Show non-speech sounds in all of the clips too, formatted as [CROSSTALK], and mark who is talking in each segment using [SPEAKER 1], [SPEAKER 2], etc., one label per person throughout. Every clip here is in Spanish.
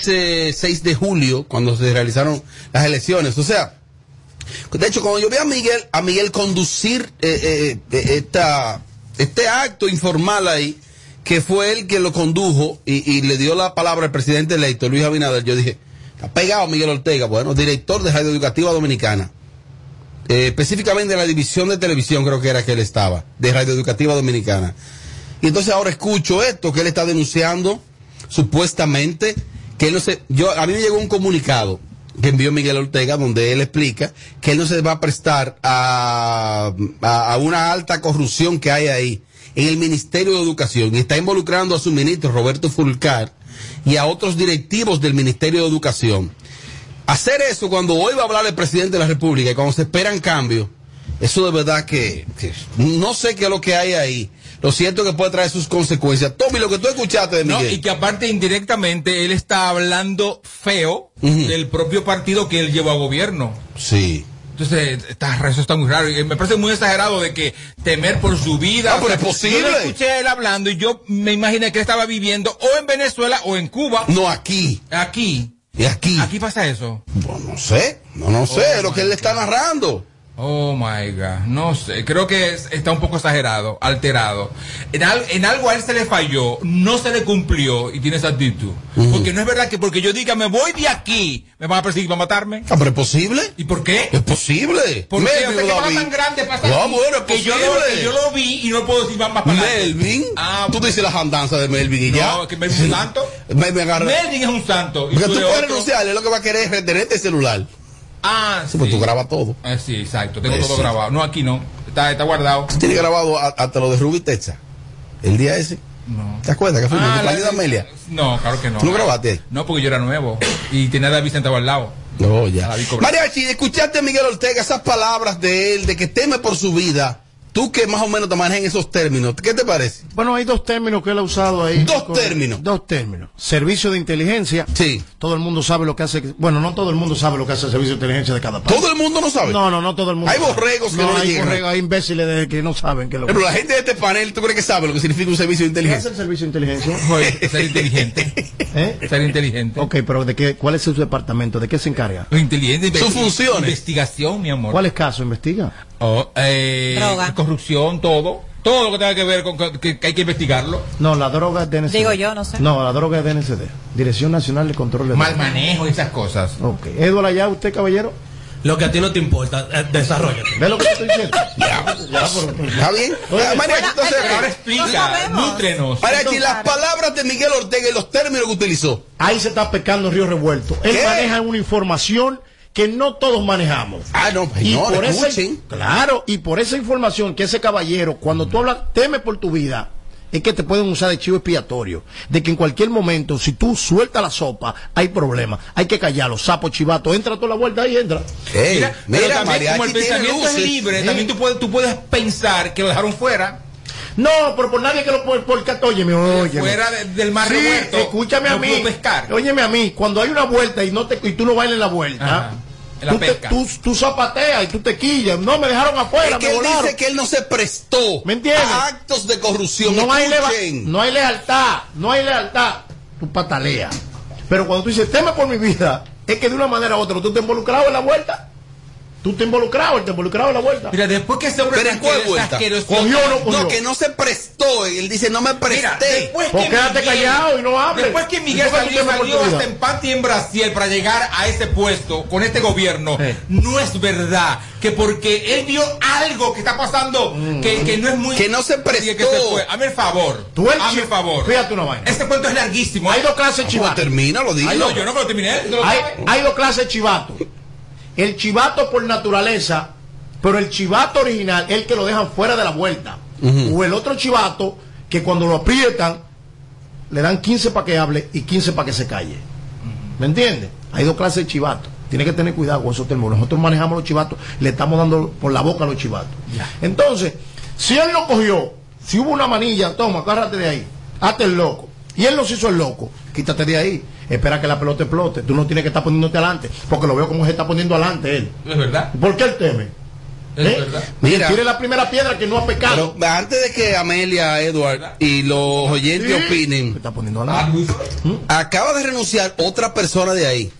[SPEAKER 1] ese 6 de julio, cuando se realizaron las elecciones. O sea, de hecho, cuando yo vi a Miguel, a Miguel conducir eh, eh, esta, este acto informal ahí, que fue él que lo condujo y, y le dio la palabra al presidente electo, Luis Abinader, yo dije, está pegado Miguel Ortega, bueno, director de Radio Educativa Dominicana. Eh, específicamente de la división de televisión creo que era que él estaba, de Radio Educativa Dominicana. Y entonces ahora escucho esto que él está denunciando, supuestamente, que él no se... Yo, a mí me llegó un comunicado que envió Miguel Ortega, donde él explica que él no se va a prestar a, a, a, una alta corrupción que hay ahí en el Ministerio de Educación y está involucrando a su ministro Roberto Fulcar y a otros directivos del Ministerio de Educación. Hacer eso cuando hoy va a hablar el presidente de la República y cuando se esperan cambios, eso de verdad que, que no sé qué es lo que hay ahí lo cierto que puede traer sus consecuencias. Tommy, lo que tú escuchaste de Miguel. No,
[SPEAKER 2] y que aparte indirectamente él está hablando feo uh -huh. del propio partido que él llevó a gobierno.
[SPEAKER 1] Sí.
[SPEAKER 2] Entonces, está, eso está muy raro. Y eh, me parece muy exagerado de que temer por su vida.
[SPEAKER 1] Ah, pero sea, es posible. Yo
[SPEAKER 2] lo escuché a él hablando y yo me imaginé que él estaba viviendo o en Venezuela o en Cuba.
[SPEAKER 1] No, aquí.
[SPEAKER 2] Aquí.
[SPEAKER 1] ¿Y aquí?
[SPEAKER 2] ¿Aquí pasa eso?
[SPEAKER 1] Bueno, no sé. No, no sé. Oh, lo que él está narrando.
[SPEAKER 2] Oh my God, no sé, creo que es, está un poco exagerado, alterado. En, al, en, algo a él se le falló, no se le cumplió y tiene esa actitud. Uh -huh. Porque no es verdad que porque yo diga me voy de aquí, me van a perseguir para matarme.
[SPEAKER 1] Ah, pero es posible.
[SPEAKER 2] ¿Y por qué?
[SPEAKER 1] Es posible.
[SPEAKER 2] ¿Por Melvin, qué? O sea, que tan grande pasa
[SPEAKER 1] no, bueno, es
[SPEAKER 2] que, yo lo, que yo lo vi y no puedo decir más para
[SPEAKER 1] Melvin. Ah, tú dices las andanzas de Melvin y
[SPEAKER 2] no,
[SPEAKER 1] ya.
[SPEAKER 2] No, que Melvin es un santo.
[SPEAKER 1] Melvin,
[SPEAKER 2] Melvin es un santo.
[SPEAKER 1] Y porque tú, tú puedes renunciar, lo que va a querer es retener el celular.
[SPEAKER 2] Ah, sí.
[SPEAKER 1] Pues tú grabas todo.
[SPEAKER 2] Eh, sí, exacto. Tengo Eso. todo grabado. No, aquí no. Está, está guardado.
[SPEAKER 1] Tú tienes grabado hasta lo de Ruby Techa. El día ese. No. ¿Te acuerdas que fue ah, la, de Amelia?
[SPEAKER 2] No, claro que no.
[SPEAKER 1] ¿Tú lo grabaste?
[SPEAKER 2] No, porque yo era nuevo. Y tenía a David sentado al lado.
[SPEAKER 1] No, ya. Mariachi, escuchaste a Miguel Ortega esas palabras de él, de que teme por su vida. Tú que más o menos te manejas en esos términos, ¿qué te parece?
[SPEAKER 3] Bueno, hay dos términos que él ha usado ahí.
[SPEAKER 1] Dos con, términos.
[SPEAKER 3] Dos términos. Servicio de inteligencia.
[SPEAKER 1] Sí.
[SPEAKER 3] Todo el mundo sabe lo que hace. Bueno, no todo el mundo sabe lo que hace el servicio de inteligencia de cada país.
[SPEAKER 1] ¿Todo el mundo no sabe?
[SPEAKER 3] No, no, no todo el mundo.
[SPEAKER 1] Hay borregos
[SPEAKER 3] sabe.
[SPEAKER 1] que no,
[SPEAKER 3] hay
[SPEAKER 1] llegan.
[SPEAKER 3] Borregos, hay imbéciles de, que no saben que lo
[SPEAKER 1] Pero la gente de este panel, ¿tú crees que sabe lo que significa un servicio de inteligencia?
[SPEAKER 3] ¿Qué es el servicio de
[SPEAKER 2] [LAUGHS]
[SPEAKER 3] inteligencia? Oye,
[SPEAKER 2] ser inteligente.
[SPEAKER 3] ¿Eh?
[SPEAKER 2] Ser inteligente.
[SPEAKER 3] Ok, pero ¿de qué, ¿cuál es su departamento? ¿De qué se encarga?
[SPEAKER 2] Inteligente.
[SPEAKER 1] Sus funciones.
[SPEAKER 2] Investigación, mi amor.
[SPEAKER 3] ¿Cuáles casos investiga?
[SPEAKER 2] Oh, eh, droga. Corrupción, todo. Todo lo que tenga que ver con que, que hay que investigarlo.
[SPEAKER 3] No, la droga es DNCD.
[SPEAKER 4] Digo yo, no sé.
[SPEAKER 3] No, la droga es DNCD. Dirección Nacional de Control de
[SPEAKER 2] Mal manejo y esas cosas.
[SPEAKER 3] Ok. Eduardo, allá, usted, caballero.
[SPEAKER 5] Lo que a ti no te importa, eh, desarrollate.
[SPEAKER 3] ¿Ves lo que estoy diciendo?
[SPEAKER 1] ya, ya, por...
[SPEAKER 3] pues,
[SPEAKER 1] ¿Está bien?
[SPEAKER 2] Oye, Mariachi, entonces, ahora explica, no nútrenos.
[SPEAKER 1] Mariachi, las palabras de Miguel Ortega y los términos que utilizó.
[SPEAKER 3] Ahí se está pescando Río Revuelto. Él
[SPEAKER 1] ¿Qué?
[SPEAKER 3] maneja una información que no todos manejamos.
[SPEAKER 1] Ah, no,
[SPEAKER 3] y
[SPEAKER 1] no,
[SPEAKER 3] por esa, claro, y por esa información que ese caballero, cuando mm. tú hablas, teme por tu vida, es que te pueden usar de chivo expiatorio, de que en cualquier momento, si tú sueltas la sopa, hay problema, hay que callarlo, sapo, chivato, entra toda la vuelta y entra.
[SPEAKER 1] Hey, mira, mira,
[SPEAKER 2] pero también, como el pensamiento es libre, sí. también tú puedes, tú puedes pensar que lo dejaron fuera.
[SPEAKER 3] No, pero por nadie que lo por, por óyeme, óyeme.
[SPEAKER 2] Fuera de, del mar sí, revuelto,
[SPEAKER 3] escúchame a
[SPEAKER 2] no
[SPEAKER 3] mí.
[SPEAKER 2] puedo pescar.
[SPEAKER 3] Óyeme a mí, cuando hay una vuelta y no te y tú no bailes la vuelta,
[SPEAKER 2] Ajá. La
[SPEAKER 3] tú, te, tú, tú, zapateas y tú te quillas. No, me dejaron afuera.
[SPEAKER 1] Es que
[SPEAKER 3] me
[SPEAKER 1] él
[SPEAKER 3] volaron.
[SPEAKER 1] dice que él no se prestó
[SPEAKER 3] ¿Me entiendes?
[SPEAKER 1] a actos de corrupción.
[SPEAKER 3] No hay, leva, no hay lealtad, no hay lealtad. Tú pataleas. Pero cuando tú dices, tema por mi vida, es que de una manera u otra tú te involucrado en la vuelta. Tú te involucrado, te involucrado en la vuelta.
[SPEAKER 2] Mira, después que se
[SPEAKER 1] Pero en cuál vuelta?
[SPEAKER 3] Cogió o no cogió.
[SPEAKER 1] No, que no se prestó. Él dice, no me presté. Mira,
[SPEAKER 2] después
[SPEAKER 3] pues
[SPEAKER 2] que
[SPEAKER 3] quédate
[SPEAKER 2] Miguel,
[SPEAKER 3] callado y no hables.
[SPEAKER 2] Después que Miguel
[SPEAKER 3] Después que
[SPEAKER 2] salió,
[SPEAKER 3] tú te
[SPEAKER 2] salió
[SPEAKER 3] oportunidad.
[SPEAKER 2] hasta empate en Brasil para llegar a ese puesto con este gobierno,
[SPEAKER 3] Eh.
[SPEAKER 2] no es verdad que porque él vio algo que está pasando
[SPEAKER 3] Mm.
[SPEAKER 2] que, que no es muy...
[SPEAKER 1] Que no se
[SPEAKER 2] que
[SPEAKER 1] prestó.
[SPEAKER 2] se fue. Hazme el favor.
[SPEAKER 3] Tú el
[SPEAKER 2] Hazme
[SPEAKER 3] chi-
[SPEAKER 2] el favor.
[SPEAKER 3] Fíjate una vaina.
[SPEAKER 2] Este cuento es larguísimo.
[SPEAKER 3] Hay dos clases de
[SPEAKER 1] Bueno,
[SPEAKER 3] chivato.
[SPEAKER 1] termina, lo digo.
[SPEAKER 2] Ay, no, yo no me lo terminé. ¿tú lo
[SPEAKER 3] Hay,
[SPEAKER 2] sabes?
[SPEAKER 3] hay dos clases de chivato. El chivato por naturaleza, pero el chivato original es el que lo dejan fuera de la vuelta. O el otro chivato que cuando lo aprietan, le dan 15 para que hable y 15 para que se calle. ¿Me entiendes? Hay dos clases de chivato. Tiene que tener cuidado con esos términos. Nosotros manejamos los chivatos, le estamos dando por la boca a los chivatos. Entonces, si él lo cogió, si hubo una manilla, toma, agárrate de ahí, hazte el loco. Y él los hizo el loco, quítate de ahí, espera que la pelota explote. Tú no tienes que estar poniéndote adelante, porque lo veo como se está poniendo adelante él.
[SPEAKER 2] No es verdad.
[SPEAKER 3] ¿Por qué él teme?
[SPEAKER 2] Es
[SPEAKER 3] ¿Eh?
[SPEAKER 2] verdad.
[SPEAKER 1] Mira.
[SPEAKER 3] Tire la primera piedra que no ha pecado.
[SPEAKER 1] Pero antes de que Amelia, Edward y los oyentes
[SPEAKER 3] Sí. Me
[SPEAKER 1] opinen,
[SPEAKER 3] está poniendo la.
[SPEAKER 1] acaba de renunciar otra persona de ahí.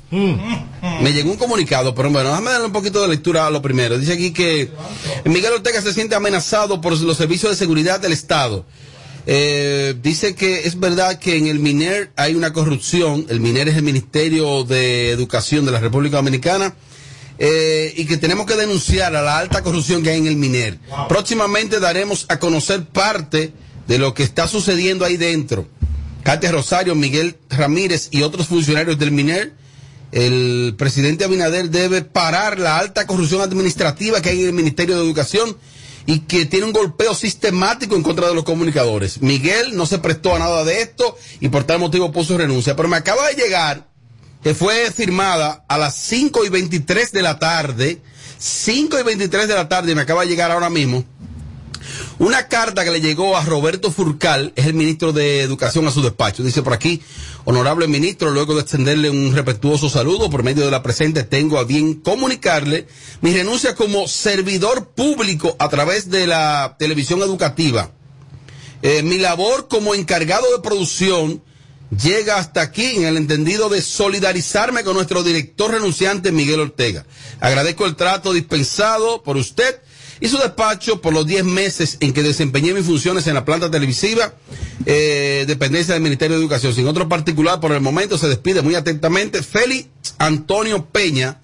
[SPEAKER 1] Me llegó un comunicado, pero bueno, déjame darle un poquito de lectura a lo primero. Dice aquí que Miguel Ortega se siente amenazado por los servicios de seguridad del Estado. Eh, dice que es verdad que en el MINER hay una corrupción. El MINER es el Ministerio de Educación de la República Dominicana. eh, y que tenemos que denunciar a la alta corrupción que hay en el MINER. Próximamente daremos a conocer parte de lo que está sucediendo ahí dentro. Katia Rosario, Miguel Ramírez y otros funcionarios del MINER el presidente Abinader debe parar la alta corrupción administrativa que hay en el Ministerio de Educación y que tiene un golpeo sistemático en contra de los comunicadores. Miguel no se prestó a nada de esto y por tal motivo puso renuncia. Pero me acaba de llegar que fue firmada a las 5 y 23 de la tarde. 5 y 23 de la tarde, me acaba de llegar ahora mismo. Una carta que le llegó a Roberto Furcal, es el ministro de Educación a su despacho. Dice por aquí, honorable ministro, luego de extenderle un respetuoso saludo por medio de la presente, tengo a bien comunicarle mi renuncia como servidor público a través de la televisión educativa. Eh, mi labor como encargado de producción llega hasta aquí en el entendido de solidarizarme con nuestro director renunciante Miguel Ortega. Agradezco el trato dispensado por usted y su despacho por los 10 meses en que desempeñé mis funciones en la planta televisiva, eh, dependencia del Ministerio de Educación. Sin otro particular, por el momento se despide muy atentamente Félix Antonio Peña.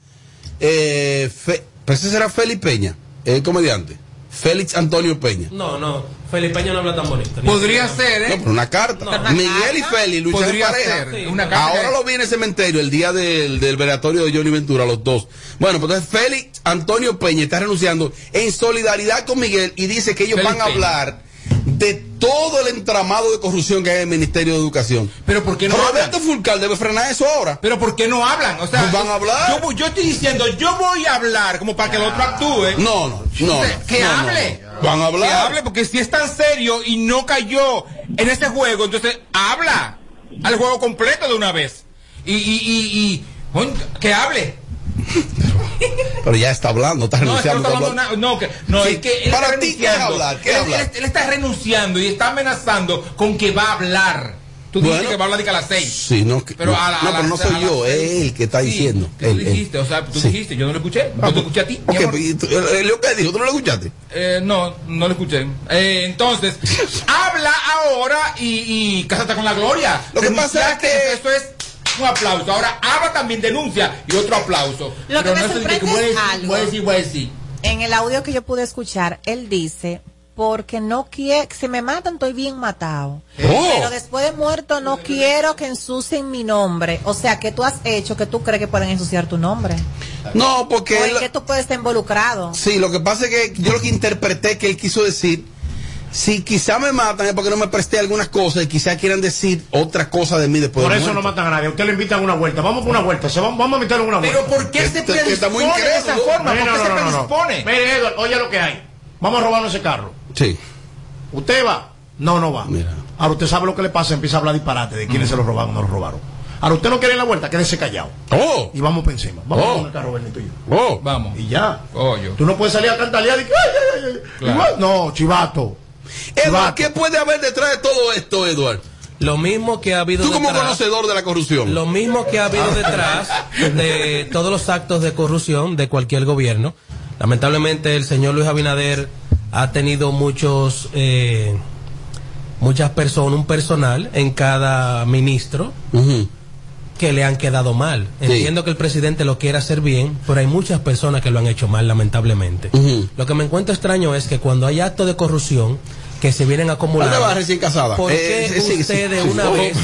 [SPEAKER 1] Eh, Fe- pues ese será Félix Peña, el comediante. Félix Antonio Peña.
[SPEAKER 5] No, no. Felipe Peña no habla tan bonito. Ni-
[SPEAKER 2] Podría ser,
[SPEAKER 1] No,
[SPEAKER 2] ¿eh?
[SPEAKER 1] pero una carta.
[SPEAKER 5] No.
[SPEAKER 1] Miguel y Feli luchan
[SPEAKER 2] Podría
[SPEAKER 1] pareja.
[SPEAKER 2] ser.
[SPEAKER 5] Sí.
[SPEAKER 2] Una carta
[SPEAKER 1] Ahora
[SPEAKER 2] que-
[SPEAKER 1] lo vi en el cementerio el día del, del velatorio de Johnny Ventura, los dos. Bueno, pues entonces Félix Antonio Peña está renunciando en solidaridad con Miguel y dice que ellos
[SPEAKER 2] Félix
[SPEAKER 1] van a
[SPEAKER 2] Peña.
[SPEAKER 1] hablar de todo el entramado de corrupción que hay en el Ministerio de Educación.
[SPEAKER 2] Pero ¿por qué no hablan?
[SPEAKER 1] Roberto Fulcal debe frenar eso ahora.
[SPEAKER 2] Pero ¿por qué no hablan? O sea,
[SPEAKER 1] Pues van a hablar.
[SPEAKER 2] Yo, voy- yo estoy diciendo, yo voy a hablar como para que el otro actúe.
[SPEAKER 1] No, no, no. no,
[SPEAKER 2] que
[SPEAKER 1] no, no.
[SPEAKER 2] hable.
[SPEAKER 1] Van a
[SPEAKER 2] Que
[SPEAKER 1] hablar.
[SPEAKER 2] hable, porque si es tan serio y no cayó en ese juego, entonces habla al juego completo de una vez. Y, y, y, y coño, que hable.
[SPEAKER 1] Pero ya está hablando, está
[SPEAKER 2] No, es que no
[SPEAKER 1] renunciando. está
[SPEAKER 2] está hablando
[SPEAKER 1] hablando.
[SPEAKER 2] nada. No, que- no,
[SPEAKER 1] Sí,
[SPEAKER 2] es que él
[SPEAKER 1] para
[SPEAKER 2] está
[SPEAKER 1] ti, ¿qué
[SPEAKER 2] renunciando.
[SPEAKER 1] hablar? ¿Qué
[SPEAKER 2] él,
[SPEAKER 1] hablar?
[SPEAKER 2] él- él está renunciando y está amenazando con que va a hablar. Tú
[SPEAKER 1] Bueno.
[SPEAKER 2] dices que va a hablar de que a las seis.
[SPEAKER 1] Sí, no, que-
[SPEAKER 2] Pero
[SPEAKER 1] no,
[SPEAKER 2] a la-
[SPEAKER 1] no,
[SPEAKER 2] a
[SPEAKER 1] pero
[SPEAKER 2] las-
[SPEAKER 1] no
[SPEAKER 2] a
[SPEAKER 1] soy
[SPEAKER 2] las
[SPEAKER 1] yo,
[SPEAKER 2] seis.
[SPEAKER 1] es él que está
[SPEAKER 2] Sí,
[SPEAKER 1] diciendo.
[SPEAKER 2] que Tú
[SPEAKER 1] Él, él.
[SPEAKER 2] dijiste, o sea, tú
[SPEAKER 1] Eh, Sí. Ah,
[SPEAKER 2] dijiste, yo no lo escuché. Yo te escuché a ti. mi
[SPEAKER 1] Ok,
[SPEAKER 2] amor.
[SPEAKER 1] pues, ¿y tú- eh, lo que dijo, ¿tú no lo escuchaste?
[SPEAKER 2] Eh, no, no lo escuché.
[SPEAKER 1] [LAUGHS]
[SPEAKER 2] Eh, entonces, habla ahora y, y cásate con la gloria.
[SPEAKER 1] Lo que pasa es que-
[SPEAKER 2] Denunciaste, esto es un aplauso. Ahora habla también denuncia y otro aplauso.
[SPEAKER 4] Lo que me
[SPEAKER 2] es el
[SPEAKER 4] sorprende
[SPEAKER 2] voy a
[SPEAKER 4] es
[SPEAKER 2] decir,
[SPEAKER 4] algo.
[SPEAKER 2] voy a decir, voy a decir.
[SPEAKER 4] En el audio que yo pude escuchar, él dice, porque no quiero, si me matan estoy bien matado.
[SPEAKER 1] Oh.
[SPEAKER 4] Pero después de muerto no quiero que ensucien mi nombre. O sea, ¿qué tú has hecho que tú crees que pueden ensuciar tu nombre?
[SPEAKER 1] No, porque
[SPEAKER 4] ¿O
[SPEAKER 1] él-
[SPEAKER 4] en qué tú puedes estar involucrado?
[SPEAKER 1] sí, lo que pasa es que yo lo que interpreté que él quiso decir, si quizá me matan es porque no me presté algunas cosas y quizá quieran decir otra cosa de mí después.
[SPEAKER 3] Por
[SPEAKER 1] de
[SPEAKER 3] eso no
[SPEAKER 1] muerto.
[SPEAKER 3] matan a nadie. Usted le invitan a una vuelta. Vamos por una vuelta. Se van- vamos a meterle una vuelta.
[SPEAKER 2] Pero ¿por qué se
[SPEAKER 1] Este- que
[SPEAKER 2] predispone
[SPEAKER 1] está muy
[SPEAKER 2] de esa
[SPEAKER 1] incrédulo.
[SPEAKER 2] forma? ¿Por
[SPEAKER 3] Mira,
[SPEAKER 2] qué
[SPEAKER 3] no,
[SPEAKER 2] se
[SPEAKER 3] no, no, no.
[SPEAKER 2] predispone?
[SPEAKER 3] Mire, Edward, oye lo que hay. Vamos a robarnos ese carro.
[SPEAKER 1] Sí.
[SPEAKER 3] ¿Usted va? No, no va.
[SPEAKER 1] Mira.
[SPEAKER 3] Ahora usted sabe lo que le pasa, empieza a hablar disparate de quiénes se lo robaron o no lo robaron. Ahora usted no quiere ir a la vuelta, quédese callado.
[SPEAKER 1] Oh,
[SPEAKER 3] Y vamos para encima. Vamos
[SPEAKER 1] Oh.
[SPEAKER 3] con el carro, Bernito y yo.
[SPEAKER 1] oh.
[SPEAKER 2] Vamos.
[SPEAKER 3] Y ya.
[SPEAKER 2] Coño.
[SPEAKER 3] Tú no puedes salir a cantalear y que, ay, ay, ay, ay.
[SPEAKER 2] Claro.
[SPEAKER 3] Igual- No, chivato.
[SPEAKER 1] Edward,
[SPEAKER 3] Chivato.
[SPEAKER 1] ¿qué puede haber detrás de todo esto, Edward?
[SPEAKER 5] Lo mismo que ha habido
[SPEAKER 1] Tú como
[SPEAKER 5] detrás-
[SPEAKER 1] conocedor de la corrupción. Ah.
[SPEAKER 5] Lo mismo que ha habido
[SPEAKER 1] [LAUGHS]
[SPEAKER 5] detrás de todos los actos de corrupción de cualquier gobierno. Lamentablemente el señor Luis Abinader ha tenido muchos, eh, muchas personas, un personal en cada ministro
[SPEAKER 1] Ujú.
[SPEAKER 5] que le han quedado mal.
[SPEAKER 1] Sí.
[SPEAKER 5] Entiendo que el presidente lo quiere hacer bien, pero hay muchas personas que lo han hecho mal, lamentablemente.
[SPEAKER 1] Ujú.
[SPEAKER 5] Lo que me encuentro extraño es que cuando hay actos de corrupción que se vienen acumulando...
[SPEAKER 1] ¿Dónde vas recién casada?
[SPEAKER 5] ¿Por qué
[SPEAKER 1] Eh, sí, sí,
[SPEAKER 5] usted de
[SPEAKER 1] sí.
[SPEAKER 5] una
[SPEAKER 1] Oh.
[SPEAKER 5] vez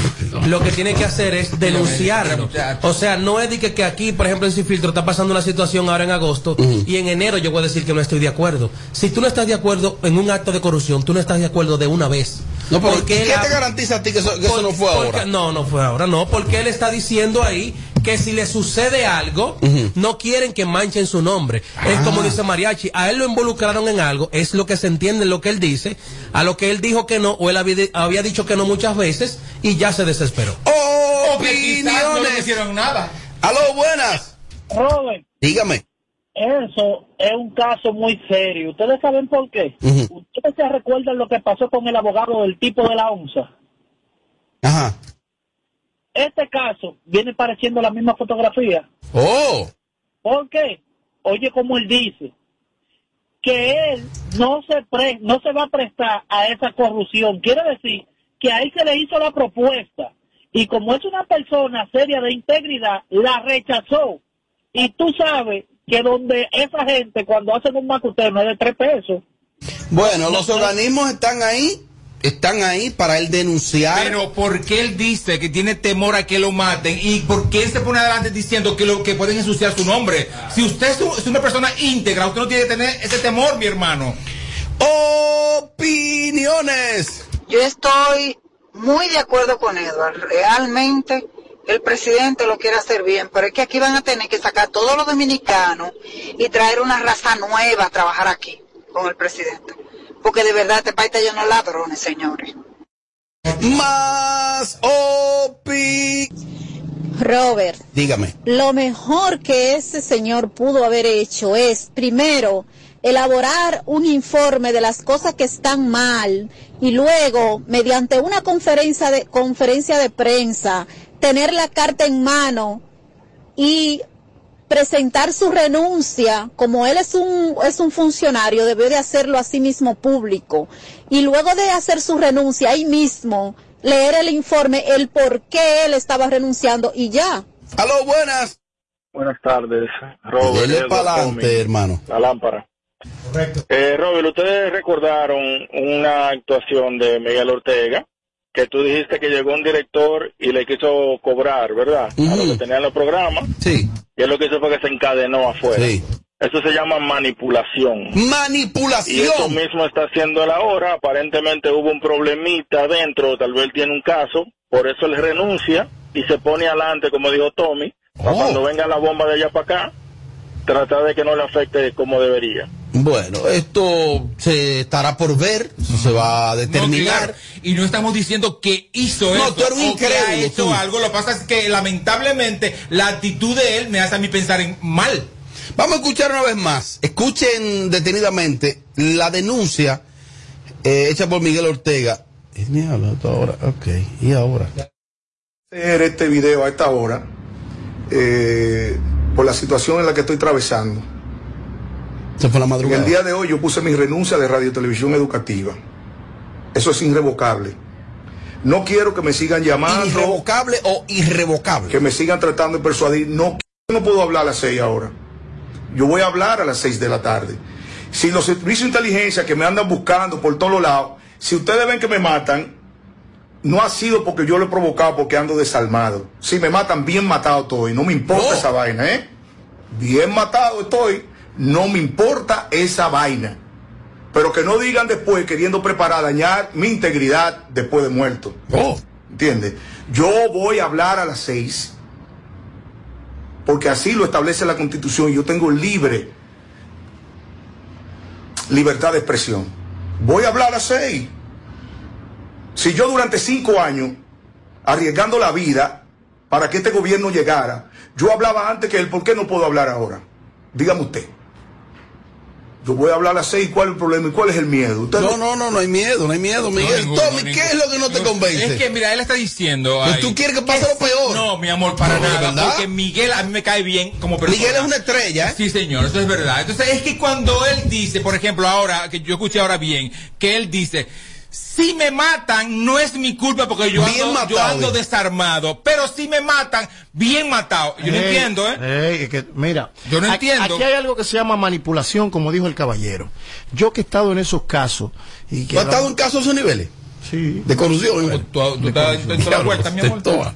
[SPEAKER 5] lo que tiene que hacer es denunciarlo?
[SPEAKER 2] muchacho.
[SPEAKER 5] O sea, no es de que, que aquí, por ejemplo, en Sin Filtro está pasando una situación ahora en agosto y en enero yo voy a decir que no estoy de acuerdo. Si tú no estás de acuerdo en un acto de corrupción, tú no estás de acuerdo de una vez.
[SPEAKER 1] No, pero
[SPEAKER 5] Porque
[SPEAKER 1] ¿qué
[SPEAKER 5] la-
[SPEAKER 1] te garantiza a ti que eso, que eso
[SPEAKER 5] porque-
[SPEAKER 1] no fue
[SPEAKER 5] porque-
[SPEAKER 1] ahora?
[SPEAKER 5] No, no fue ahora, no, porque él está diciendo ahí que si le sucede algo, no quieren que manchen su nombre.
[SPEAKER 1] Ah.
[SPEAKER 5] Es como dice Mariachi, a él lo involucraron en algo, es lo que se entiende en lo que él dice, a lo que él dijo que no, o él había, había dicho que no muchas veces y ya se desesperó.
[SPEAKER 2] O que quizás no le
[SPEAKER 1] Opiniones.
[SPEAKER 2] hicieron nada.
[SPEAKER 1] Aló, buenas.
[SPEAKER 6] Robert,
[SPEAKER 1] Dígame.
[SPEAKER 6] Eso es un caso muy serio. ¿Ustedes saben por qué?
[SPEAKER 1] Ujú.
[SPEAKER 6] ¿Ustedes se recuerdan lo que pasó con el abogado del tipo de la onza?
[SPEAKER 1] Ajá.
[SPEAKER 6] Este caso viene pareciendo la misma fotografía.
[SPEAKER 1] Oh.
[SPEAKER 6] ¿Por qué? Oye, como él dice, que él no se, pre- no se va a prestar a esa corrupción. Quiere decir que a él se le hizo la propuesta y como es una persona seria de integridad, la rechazó. Y tú sabes que donde esa gente cuando hacen un macuteo no es de tres pesos.
[SPEAKER 1] Bueno, los organismos están ahí, están ahí para él denunciar.
[SPEAKER 2] Pero ¿por qué él dice que tiene temor a que lo maten? ¿Y por qué él se pone adelante diciendo que lo que pueden ensuciar su nombre? Si usted es, un- es una persona íntegra, usted no tiene que tener ese temor, mi hermano.
[SPEAKER 1] Opiniones.
[SPEAKER 7] Yo estoy muy de acuerdo con Edward. Realmente el presidente lo quiere hacer bien, pero es que aquí van a tener que sacar todos los dominicanos y traer una raza nueva a trabajar aquí con el presidente. Porque de verdad este país está lleno de ladrones, señores.
[SPEAKER 1] Más opi.
[SPEAKER 8] Robert,
[SPEAKER 1] Dígame.
[SPEAKER 8] lo mejor que ese señor pudo haber hecho es, primero, elaborar un informe de las cosas que están mal y luego, mediante una conferencia de, conferencia de prensa, tener la carta en mano y presentar su renuncia, como él es un, es un funcionario, debió de hacerlo a sí mismo público. Y luego de hacer su renuncia ahí mismo, leer el informe, el por qué él estaba renunciando y ya.
[SPEAKER 1] Aló, buenas.
[SPEAKER 9] Buenas tardes, Robert.
[SPEAKER 1] Dele
[SPEAKER 9] Edward,
[SPEAKER 1] para
[SPEAKER 9] Tommy,
[SPEAKER 1] adelante, hermano.
[SPEAKER 9] La lámpara.
[SPEAKER 3] Correcto.
[SPEAKER 9] Eh, Robert, ustedes recordaron una actuación de Miguel Ortega, que tú dijiste que llegó un director y le quiso cobrar, ¿verdad? A lo
[SPEAKER 1] Ujú.
[SPEAKER 9] que tenían los programas,
[SPEAKER 1] Sí,
[SPEAKER 9] y él lo que hizo fue que se encadenó afuera.
[SPEAKER 1] sí.
[SPEAKER 9] Eso se llama manipulación. Y eso
[SPEAKER 1] Manipulación.
[SPEAKER 9] mismo está haciendo él ahora. Aparentemente hubo un problemita adentro, tal vez tiene un caso, por eso él renuncia y se pone adelante, como dijo Tommy, para
[SPEAKER 1] Oh.
[SPEAKER 9] cuando venga la bomba de allá para acá, tratar de que no le afecte como debería.
[SPEAKER 1] Bueno, esto se estará por ver, eso se va a
[SPEAKER 2] terminar
[SPEAKER 1] determinar.
[SPEAKER 2] Y no estamos diciendo que hizo
[SPEAKER 1] No,
[SPEAKER 2] eso.
[SPEAKER 1] tú eres un
[SPEAKER 2] o que ha
[SPEAKER 1] incrédulo,
[SPEAKER 2] hecho
[SPEAKER 1] tú.
[SPEAKER 2] algo. Lo que pasa es que lamentablemente la actitud de él me hace a mí pensar en mal.
[SPEAKER 1] Vamos a escuchar una vez más. Escuchen detenidamente la denuncia eh, hecha por Miguel Ortega. Él ni habla hasta ahora. Ok, ¿y ahora?
[SPEAKER 10] hacer este video a esta hora eh, por la situación en la que estoy atravesando.
[SPEAKER 1] Se fue la
[SPEAKER 10] En
[SPEAKER 1] madrugada.
[SPEAKER 10] el día de hoy yo puse mi renuncia de Radio y Televisión Educativa. Eso es irrevocable. No quiero que me sigan llamando,
[SPEAKER 1] ¿Irrevocable o irrevocable?
[SPEAKER 10] que me sigan tratando de persuadir. No, no puedo hablar a las seis ahora. Yo voy a hablar a las seis de la tarde. Si los servicios de inteligencia que me andan buscando por todos lados, si ustedes ven que me matan, no ha sido porque yo lo he provocado, porque ando desalmado. Si me matan, bien matado estoy. No me importa
[SPEAKER 1] Oh.
[SPEAKER 10] esa vaina, ¿eh? Bien matado estoy. No me importa esa vaina. Pero que no digan después, queriendo preparar, dañar mi integridad después de muerto.
[SPEAKER 1] Oh.
[SPEAKER 10] ¿Entiendes? Yo voy a hablar a las seis, porque así lo establece la constitución. Yo tengo libre libertad de expresión. Voy a hablar a las seis. Si yo durante cinco años, arriesgando la vida para que este gobierno llegara, yo hablaba antes que él, ¿por qué no puedo hablar ahora? Dígame usted. Yo voy a hablar a las seis, ¿cuál es el problema y cuál es el miedo? Usted
[SPEAKER 1] No, no, no, no hay miedo, no hay miedo, Miguel.
[SPEAKER 2] ninguno,
[SPEAKER 1] Tommy,
[SPEAKER 2] ninguno.
[SPEAKER 1] ¿qué es lo que no te convence?
[SPEAKER 2] Es que mira, él está diciendo.
[SPEAKER 1] Pues
[SPEAKER 2] ahí-
[SPEAKER 1] tú quieres que pase lo peor.
[SPEAKER 2] No, mi amor, para
[SPEAKER 1] No,
[SPEAKER 2] nada.
[SPEAKER 1] ¿verdad?
[SPEAKER 2] Porque Miguel a mí me cae bien como persona.
[SPEAKER 1] Miguel es una estrella, ¿eh?
[SPEAKER 2] Sí, señor, eso es verdad. Entonces, es que cuando él dice, por ejemplo, ahora, que yo escuché ahora bien, que él dice, si me matan, no es mi culpa porque yo,
[SPEAKER 1] Bien
[SPEAKER 2] ando,
[SPEAKER 1] matado,
[SPEAKER 2] yo ando
[SPEAKER 1] dijo.
[SPEAKER 2] desarmado, pero si me matan, bien matado. Yo no
[SPEAKER 3] Ey,
[SPEAKER 2] entiendo, ¿eh?
[SPEAKER 3] ey, es que, mira,
[SPEAKER 2] Yo no
[SPEAKER 3] a-
[SPEAKER 2] entiendo.
[SPEAKER 3] Aquí hay algo que se llama manipulación, como dijo el caballero. Yo que he estado en esos casos y que
[SPEAKER 1] ¿Tú has estado en casos de esos niveles?
[SPEAKER 3] sí,
[SPEAKER 1] De corrupción.
[SPEAKER 2] Tú,
[SPEAKER 1] Iván.
[SPEAKER 2] tú- tú estás en toda la vuelta, mi amor.
[SPEAKER 1] Te toma.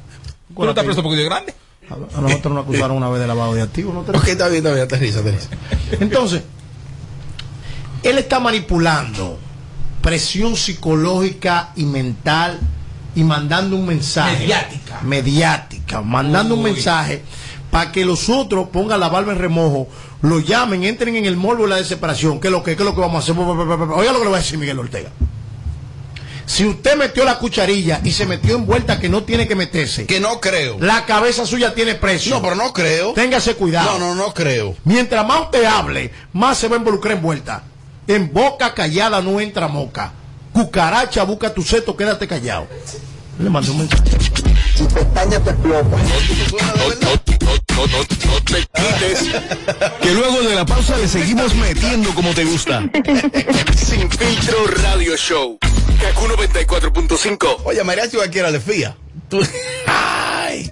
[SPEAKER 2] Tú no estás preso porque yo grande.
[SPEAKER 3] a, a nosotros nos acusaron una vez de lavado de activos, ¿no te
[SPEAKER 1] Ok, está bien, está bien, aterriza, aterriza.
[SPEAKER 3] Entonces, él está manipulando presión psicológica y mental y mandando un mensaje.
[SPEAKER 2] Mediática.
[SPEAKER 3] Mediática, mandando un
[SPEAKER 2] Uy.
[SPEAKER 3] mensaje para que los otros pongan la barba en remojo, lo llamen, entren en el morbo y la desesperación. ¿Qué es lo que, qué es lo que vamos a hacer? Oiga lo que le va a decir Miguel Ortega. Si usted metió la cucharilla y se metió en vuelta que no tiene que meterse,
[SPEAKER 1] Que no creo.
[SPEAKER 3] la cabeza suya tiene precio.
[SPEAKER 1] No, pero no creo.
[SPEAKER 3] Téngase cuidado.
[SPEAKER 1] No, no, no creo.
[SPEAKER 3] Mientras más usted hable, más se va a involucrar en vuelta. En boca callada no entra moca. Cucaracha, busca tu seto, quédate callado. Le mando un mensaje.
[SPEAKER 11] Que luego de la pausa le seguimos metiendo como te gusta. Sin filtro radio show. Kaku 94.5.
[SPEAKER 1] Oye, Mariachi cualquiera le fía. Tú- [LAUGHS] Ay.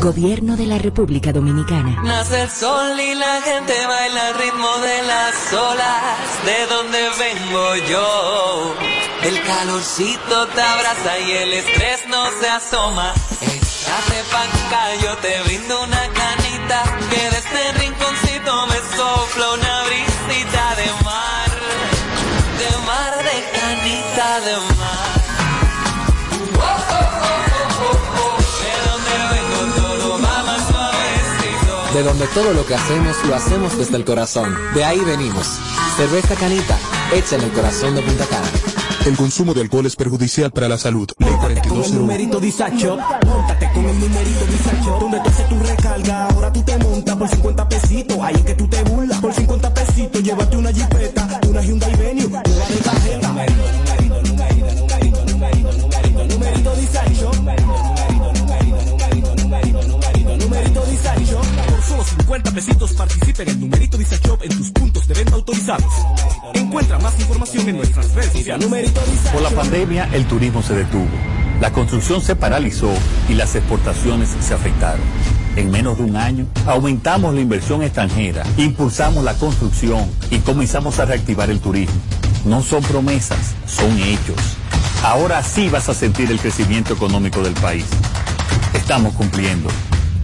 [SPEAKER 12] Gobierno de la República Dominicana.
[SPEAKER 13] Nace el sol y la gente baila al ritmo de las olas. De donde vengo yo. El calorcito te abraza y el estrés no se asoma. Échate pa' acá, yo te brindo una canita. Que de este rinconcito me sopla una brisita de mar. De mar, de canita, de mar. Oh, oh, oh, oh, oh, oh. De donde vengo todo va más suavecito.
[SPEAKER 14] De donde todo lo que hacemos lo hacemos desde el corazón. De ahí venimos. Cerveza Canita, hecha en el corazón de Punta Cana.
[SPEAKER 11] El consumo de alcohol es perjudicial para la salud.
[SPEAKER 15] Con el numerito disacho, montate con el numerito disacho. Donde tú haces tu recarga, ahora tú te montas por 50 pesitos. Ahí es que tú te burlas. Por 50 pesitos, llévate una jipeta, una Hyundai Venue, una de tarjeta. Numerito, numerito, numerito, numerito, numerito, numerito disacho. Numerito, numerito, numerito, numerito, numerito, numerito disacho. Por solo 50 pesitos participa en el numerito disacho en tus puntos de venta autorizados. Encuentra más información en nuestras redes sociales. Numerito
[SPEAKER 16] Por la pandemia, el turismo se detuvo, la construcción se paralizó y las exportaciones se afectaron. En menos de un año, aumentamos la inversión extranjera, impulsamos la construcción y comenzamos a reactivar el turismo. No son promesas, son hechos. Ahora sí vas a sentir el crecimiento económico del país. Estamos cumpliendo,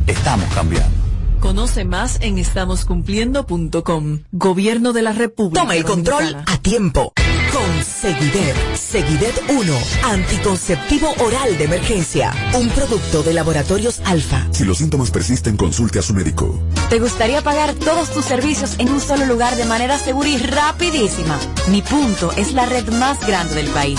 [SPEAKER 16] estamos cambiando.
[SPEAKER 17] Conoce más en estamoscumpliendo.com. Gobierno de la República.
[SPEAKER 18] Toma el control
[SPEAKER 17] Dominicana.
[SPEAKER 18] a tiempo. Con Seguidet. Seguidet 1. Anticonceptivo oral de emergencia. Un producto de laboratorios alfa.
[SPEAKER 19] Si los síntomas persisten, consulte a su médico.
[SPEAKER 20] ¿Te gustaría pagar todos tus servicios en un solo lugar de manera segura y rapidísima? Mi punto es la red más grande del país.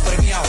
[SPEAKER 15] premiado,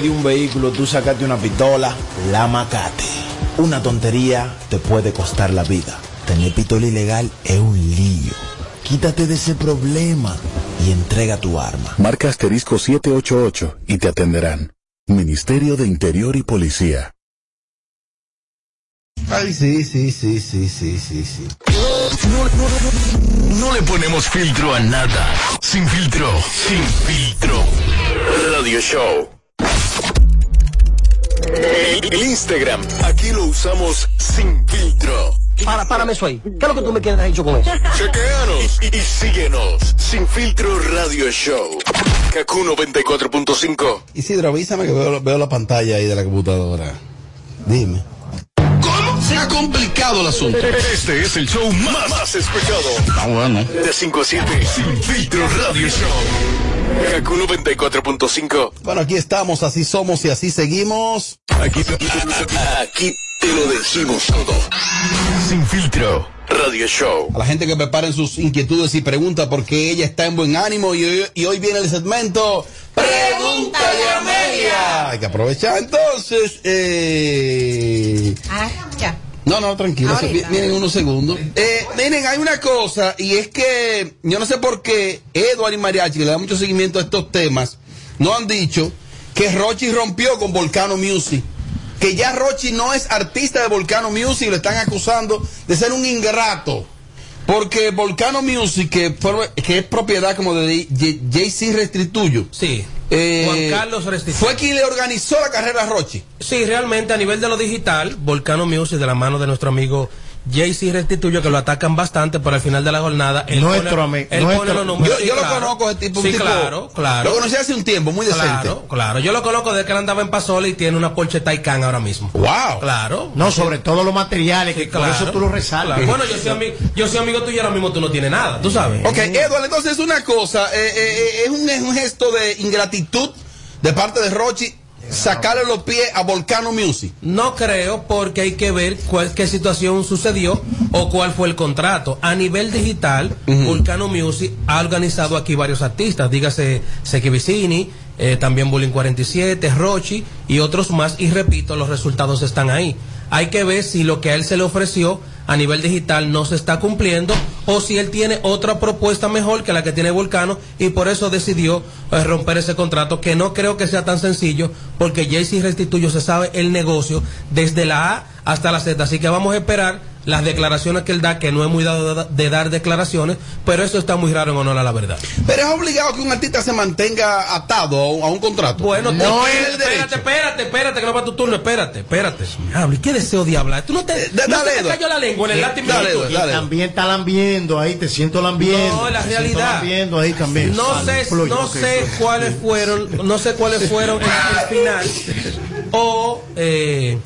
[SPEAKER 21] de un vehículo tú sacaste una pistola, la macate. Una tontería te puede costar la vida. Tener pistola ilegal es un lío. Quítate de ese problema y entrega tu arma.
[SPEAKER 19] Marca asterisco 788 y te atenderán. Ministerio de Interior y Policía.
[SPEAKER 1] Ay, sí, sí, sí, sí, sí, sí, sí.
[SPEAKER 11] No, no,
[SPEAKER 1] No le ponemos filtro a nada.
[SPEAKER 11] Sin filtro, sin filtro.
[SPEAKER 19] Radio Show. El, el Instagram, aquí lo usamos sin filtro.
[SPEAKER 5] Para, párame eso ahí. ¿Qué es lo que tú me quieres hecho con eso?
[SPEAKER 19] Chequeanos y, y síguenos. Sin filtro Radio Show. Kaku 94.5.
[SPEAKER 1] Isidro, avísame que veo, veo la pantalla ahí de la computadora. Dime. ¿Cómo se ha complicado el asunto?
[SPEAKER 19] Este es el show más, más escuchado.
[SPEAKER 1] Ah, bueno.
[SPEAKER 19] De 5 a 7. Sin filtro Radio Show. Kaku 94.5.
[SPEAKER 1] Bueno, aquí estamos, así somos y así seguimos.
[SPEAKER 19] Aquí, aquí te lo decimos todo. Sin filtro. Radio Show.
[SPEAKER 1] A la gente que preparen sus inquietudes y preguntas porque ella está en buen ánimo y hoy, y hoy viene el segmento Pregúntale a Amelia. Hay que aprovechar entonces. eh, aquí.
[SPEAKER 4] Ah, ya.
[SPEAKER 1] No, no, tranquilo, eso vi-
[SPEAKER 4] Ahorita.
[SPEAKER 1] vienen unos segundos. Eh, miren, hay una cosa, y es que yo no sé por qué Eduardo y Mariachi, que le da mucho seguimiento a estos temas, no han dicho que Rochi rompió con Volcano Music. Que ya Rochi no es artista de Volcano Music, lo están acusando de ser un ingrato. Porque Volcano Music, que, forma- que es propiedad como de J- JC Restituyo. eh,
[SPEAKER 5] Sí. Juan Carlos Restituyo.
[SPEAKER 1] Fue quien le organizó la carrera a Rochi.
[SPEAKER 5] Sí, realmente a nivel de lo digital, Volcano Music de la mano de nuestro amigo JC Restituyo, que lo atacan bastante, pero al final de la jornada. él
[SPEAKER 3] Nuestro
[SPEAKER 5] pone-
[SPEAKER 3] ami-
[SPEAKER 5] él
[SPEAKER 3] nuestro-
[SPEAKER 5] pone los números.
[SPEAKER 1] Yo-
[SPEAKER 5] Sí,
[SPEAKER 1] yo lo
[SPEAKER 5] claro.
[SPEAKER 1] conozco, ese tipo, un
[SPEAKER 5] Sí,
[SPEAKER 1] tipo-
[SPEAKER 5] claro, claro.
[SPEAKER 1] Lo conocí hace un tiempo, muy decente.
[SPEAKER 5] Claro, claro. Yo lo conozco desde que él andaba en Pasoli y tiene una Porsche Taycan ahora mismo.
[SPEAKER 1] ¡Wow!
[SPEAKER 5] Claro.
[SPEAKER 3] No, sobre todo los materiales, que por
[SPEAKER 5] claro.
[SPEAKER 3] eso tú los resaltas.
[SPEAKER 5] Claro. Bueno, yo soy, ami- yo soy amigo tuyo y ahora mismo tú no tienes nada, tú sabes.
[SPEAKER 1] Ok, Eduardo, entonces una cosa, eh, eh, eh, es, un, es un gesto de ingratitud de parte de Rochi sacarle los pies a Volcano Music.
[SPEAKER 5] No creo porque hay que ver cuál, qué situación sucedió o cuál fue el contrato. A nivel digital, Vulcano Music ha organizado aquí varios artistas, dígase Seki Vicini, eh, también Bullying 47, Rochi y otros más. Y repito, los resultados están ahí. Hay que ver si lo que a él se le ofreció a nivel digital no se está cumpliendo o si él tiene otra propuesta mejor que la que tiene Volcano y por eso decidió eh, romper ese contrato que no creo que sea tan sencillo porque Jaycee Restituyo se sabe el negocio desde la A hasta la Z, así que vamos a esperar las declaraciones que él da, que no es muy dado de- de dar declaraciones, pero eso está muy raro en honor a la verdad.
[SPEAKER 1] Pero es obligado que un artista se mantenga atado a un, a un contrato.
[SPEAKER 5] Bueno,
[SPEAKER 1] no
[SPEAKER 5] tú-
[SPEAKER 1] es el derecho.
[SPEAKER 5] espérate, espérable, espérate, que no va tu turno, espérate, espérate. Habla, ¿y qué deseo de hablar? Tú no te,
[SPEAKER 1] da-
[SPEAKER 5] no
[SPEAKER 1] dale,
[SPEAKER 5] se te
[SPEAKER 1] Eduardo.
[SPEAKER 5] cayó la lengua en el
[SPEAKER 1] Sí,
[SPEAKER 5] látigo.
[SPEAKER 1] dale,
[SPEAKER 5] Eduardo,
[SPEAKER 3] Y
[SPEAKER 5] dale.
[SPEAKER 3] también está lambiendo ahí, te siento lambiendo.
[SPEAKER 5] No, la
[SPEAKER 3] te siento
[SPEAKER 5] realidad.
[SPEAKER 3] lambiendo ahí también.
[SPEAKER 5] No
[SPEAKER 3] Vale,
[SPEAKER 5] sé,
[SPEAKER 3] fluye,
[SPEAKER 5] no
[SPEAKER 3] ok,
[SPEAKER 5] sé
[SPEAKER 3] fluye.
[SPEAKER 5] cuáles fueron, no sé cuáles fueron el, el final o eh,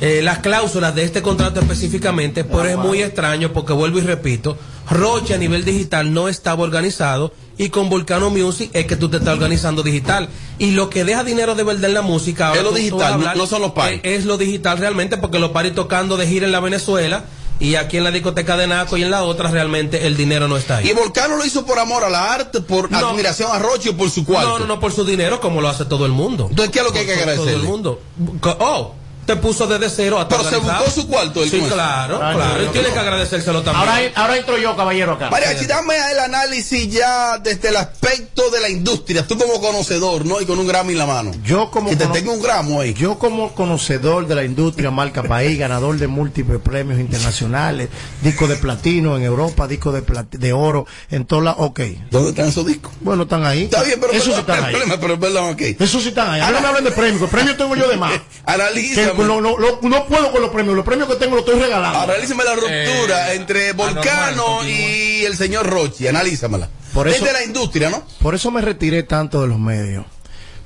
[SPEAKER 5] eh, las cláusulas de este contrato específicamente, pero es muy extraño porque vuelvo y repito, Roche a nivel digital no estaba organizado y con Volcano Music es que tú te estás organizando digital y lo que deja dinero de verdad en la música ahora
[SPEAKER 1] Es lo
[SPEAKER 5] tú- tú
[SPEAKER 1] digital,
[SPEAKER 5] vas a
[SPEAKER 1] no- no son los paris.
[SPEAKER 5] eh, Es, lo digital realmente porque los paris tocando de gira en la Venezuela y aquí en la discoteca de Naco y en la otra realmente el dinero no está ahí.
[SPEAKER 1] Y Volcano lo hizo por amor a la arte, por
[SPEAKER 5] No.
[SPEAKER 1] admiración a Rochi o por su
[SPEAKER 5] No,
[SPEAKER 1] cuarto.
[SPEAKER 5] no, no, por su dinero, como lo hace todo el mundo.
[SPEAKER 1] Entonces, ¿qué es lo que hay que
[SPEAKER 5] Todo-
[SPEAKER 1] agradecerle?
[SPEAKER 5] Todo el mundo. Co- Oh, te puso desde cero hasta
[SPEAKER 1] Pero se
[SPEAKER 5] organizado.
[SPEAKER 1] buscó su cuarto, el
[SPEAKER 5] Sí,
[SPEAKER 1] coño.
[SPEAKER 5] claro,
[SPEAKER 1] Claro,
[SPEAKER 5] claro.
[SPEAKER 1] claro.
[SPEAKER 5] Él tiene que agradecérselo también.
[SPEAKER 3] Ahora, ahora entro yo, caballero, acá.
[SPEAKER 1] Mariachi, dame el análisis ya desde el aspecto de la industria. Tú como conocedor, ¿no? Y con un Grammy en la mano.
[SPEAKER 3] Yo como
[SPEAKER 1] Que te
[SPEAKER 3] cono-
[SPEAKER 1] tengo un gramo ahí.
[SPEAKER 3] Yo como conocedor de la industria marca país, ganador de múltiples premios internacionales, disco de platino en Europa, disco de plat- de oro en todas las, ok.
[SPEAKER 1] ¿Dónde están esos discos?
[SPEAKER 3] Bueno, están ahí.
[SPEAKER 1] Está bien, pero
[SPEAKER 3] eso sí
[SPEAKER 1] perdón,
[SPEAKER 3] están
[SPEAKER 1] [LAUGHS] el
[SPEAKER 3] ahí.
[SPEAKER 1] problema, pero perdón, ok.
[SPEAKER 3] Eso sí están ahí. A mí no me hablen de premios, que el premio tengo yo de más. Que
[SPEAKER 1] [LAUGHS] Analízame.
[SPEAKER 3] lo- lo- lo- no puedo con los premios, los premios que tengo los estoy regalando.
[SPEAKER 1] Analízame la
[SPEAKER 3] Eh,
[SPEAKER 1] ruptura
[SPEAKER 3] ah,
[SPEAKER 1] entre Volcano y el señor Rochi. Analízamela.
[SPEAKER 3] Por eso-
[SPEAKER 1] Desde la industria, ¿no?
[SPEAKER 3] Por eso me retiré tanto de los medios.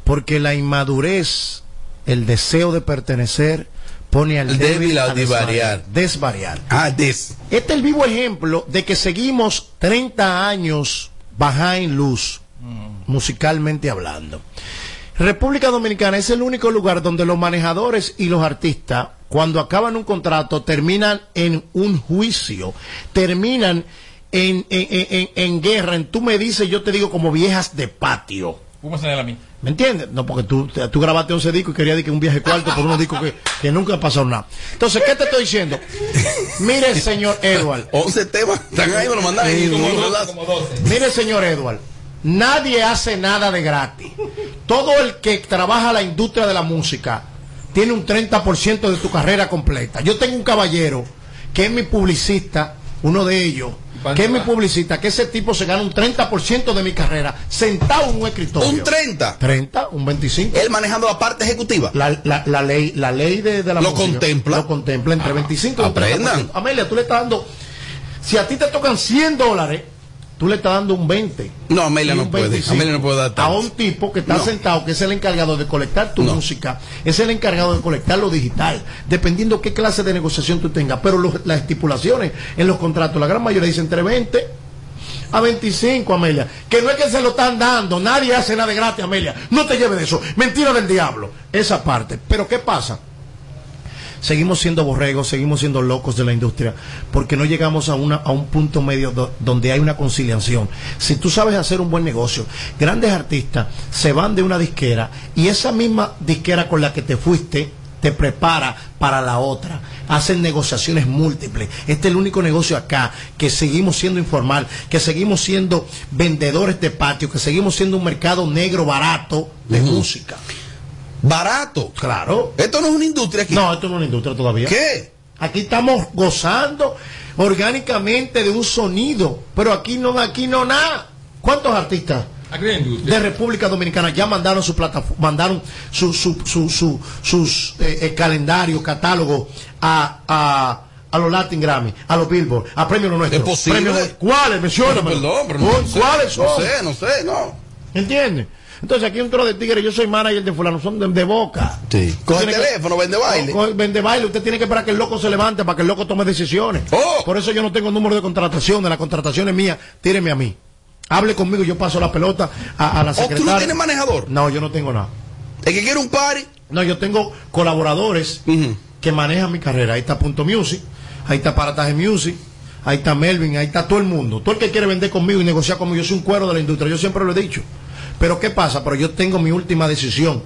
[SPEAKER 3] Porque la inmadurez, el deseo de pertenecer, pone al
[SPEAKER 1] El
[SPEAKER 3] débil,
[SPEAKER 1] débil a
[SPEAKER 3] a desvariar.
[SPEAKER 1] desvariar.
[SPEAKER 3] Desvariar.
[SPEAKER 1] Ah, des.
[SPEAKER 3] Este es el vivo ejemplo de que seguimos 30 años behind luz,
[SPEAKER 2] Mm.
[SPEAKER 3] musicalmente hablando. República Dominicana es el único lugar donde los manejadores y los artistas, cuando acaban un contrato, terminan en un juicio, terminan en, en- en- en- en guerra, en tú me dices, yo te digo como viejas de patio.
[SPEAKER 2] ¿Cómo se a mí?
[SPEAKER 3] ¿Me entiendes? No, porque tú, tú grabaste 11 discos y querías de que un viaje cuarto por unos discos que, que nunca ha pasado nada. Entonces, ¿qué te estoy diciendo? Mire, señor Edward.
[SPEAKER 1] 11 temas. Están ahí, me lo mandan ahí.
[SPEAKER 3] Sí,
[SPEAKER 1] como
[SPEAKER 3] sí.
[SPEAKER 1] lo das.
[SPEAKER 3] Mire, señor Edward, nadie hace nada de gratis. Todo el que trabaja la industria de la música tiene un 30% de tu carrera completa. Yo tengo un caballero que es mi publicista, uno de ellos, que es mi publicista, que ese tipo se gana un 30% de mi carrera sentado en un escritorio.
[SPEAKER 1] Un 30.
[SPEAKER 3] 30, un 25.
[SPEAKER 1] Él manejando la parte ejecutiva.
[SPEAKER 3] La, la- la ley, la ley de, de la
[SPEAKER 1] Lo
[SPEAKER 3] música
[SPEAKER 1] contempla. Ah,
[SPEAKER 3] Lo contempla entre 25 y un
[SPEAKER 1] Aprendan.
[SPEAKER 3] 30%. Amelia, tú le estás dando. Si a ti te tocan 100 dólares, tú le estás dando un 20.
[SPEAKER 1] No, Amelia
[SPEAKER 3] y
[SPEAKER 1] no
[SPEAKER 3] un
[SPEAKER 1] puede.
[SPEAKER 3] 25
[SPEAKER 1] Amelia no puede dar
[SPEAKER 3] A
[SPEAKER 1] tanto.
[SPEAKER 3] un tipo que está
[SPEAKER 1] No.
[SPEAKER 3] sentado, que es el encargado de colectar tu música, es el encargado de colectar lo digital, dependiendo qué clase de negociación tú tengas. Pero los- las estipulaciones en los contratos, la gran mayoría dice entre 20 a 25, Amelia. Que no es que se lo están dando, nadie hace nada de gratis, Amelia. No te lleves de eso. Mentira del diablo. Esa parte. Pero ¿qué pasa? Seguimos siendo borregos, seguimos siendo locos de la industria, porque no llegamos a, una, a un punto medio do- donde hay una conciliación. Si tú sabes hacer un buen negocio, grandes artistas se van de una disquera y esa misma disquera con la que te fuiste, te prepara para la otra. Hacen negociaciones múltiples. Este es el único negocio acá que seguimos siendo informal, que seguimos siendo vendedores de patio, que seguimos siendo un mercado negro barato de
[SPEAKER 1] Ujú.
[SPEAKER 3] música.
[SPEAKER 1] Barato.
[SPEAKER 3] Claro.
[SPEAKER 1] Esto no es una industria aquí.
[SPEAKER 3] No, esto no es una industria todavía.
[SPEAKER 1] ¿Qué?
[SPEAKER 3] Aquí estamos gozando orgánicamente de un sonido, pero aquí no, aquí no nada. ¿Cuántos artistas? de República Dominicana ya mandaron su plataforma, mandaron su, su- su- su- sus eh, eh, calendarios, catálogos a, a, a los Latin Grammy, a los Billboard, a Premio Lo Nuestro.
[SPEAKER 1] ¿Es posible?
[SPEAKER 3] Premio Lo- ¿Cuáles? Menciona.
[SPEAKER 1] Pero, perdón, pero no sé,
[SPEAKER 3] ¿Cuáles son?
[SPEAKER 1] no sé, no sé, no.
[SPEAKER 3] ¿Entiendes? Entonces aquí un tro de tigre, yo soy manager de fulano, son de, de boca.
[SPEAKER 1] Sí. Coge
[SPEAKER 3] Tiene que-
[SPEAKER 1] teléfono, vende baile.
[SPEAKER 3] Co- co- vende baile, usted tiene que esperar que el loco se levante para que el loco tome decisiones.
[SPEAKER 1] Oh.
[SPEAKER 3] Por eso yo no tengo número de contratación, de las contrataciones mías, tíreme a mí. Hable conmigo, yo paso la pelota a, a la
[SPEAKER 1] ¿O Oh, tú no
[SPEAKER 3] secretaria.
[SPEAKER 1] tienes manejador?
[SPEAKER 3] No, yo no tengo nada.
[SPEAKER 1] ¿El que quiere un party?
[SPEAKER 3] No, yo tengo colaboradores que manejan mi carrera. Ahí está Punto Music, ahí está Parataje Music, ahí está Melvin, ahí está todo el mundo. Todo el que quiere vender conmigo y negociar conmigo, yo soy un cuero de la industria, yo siempre lo he dicho. Pero ¿qué pasa? Pero yo tengo mi última decisión.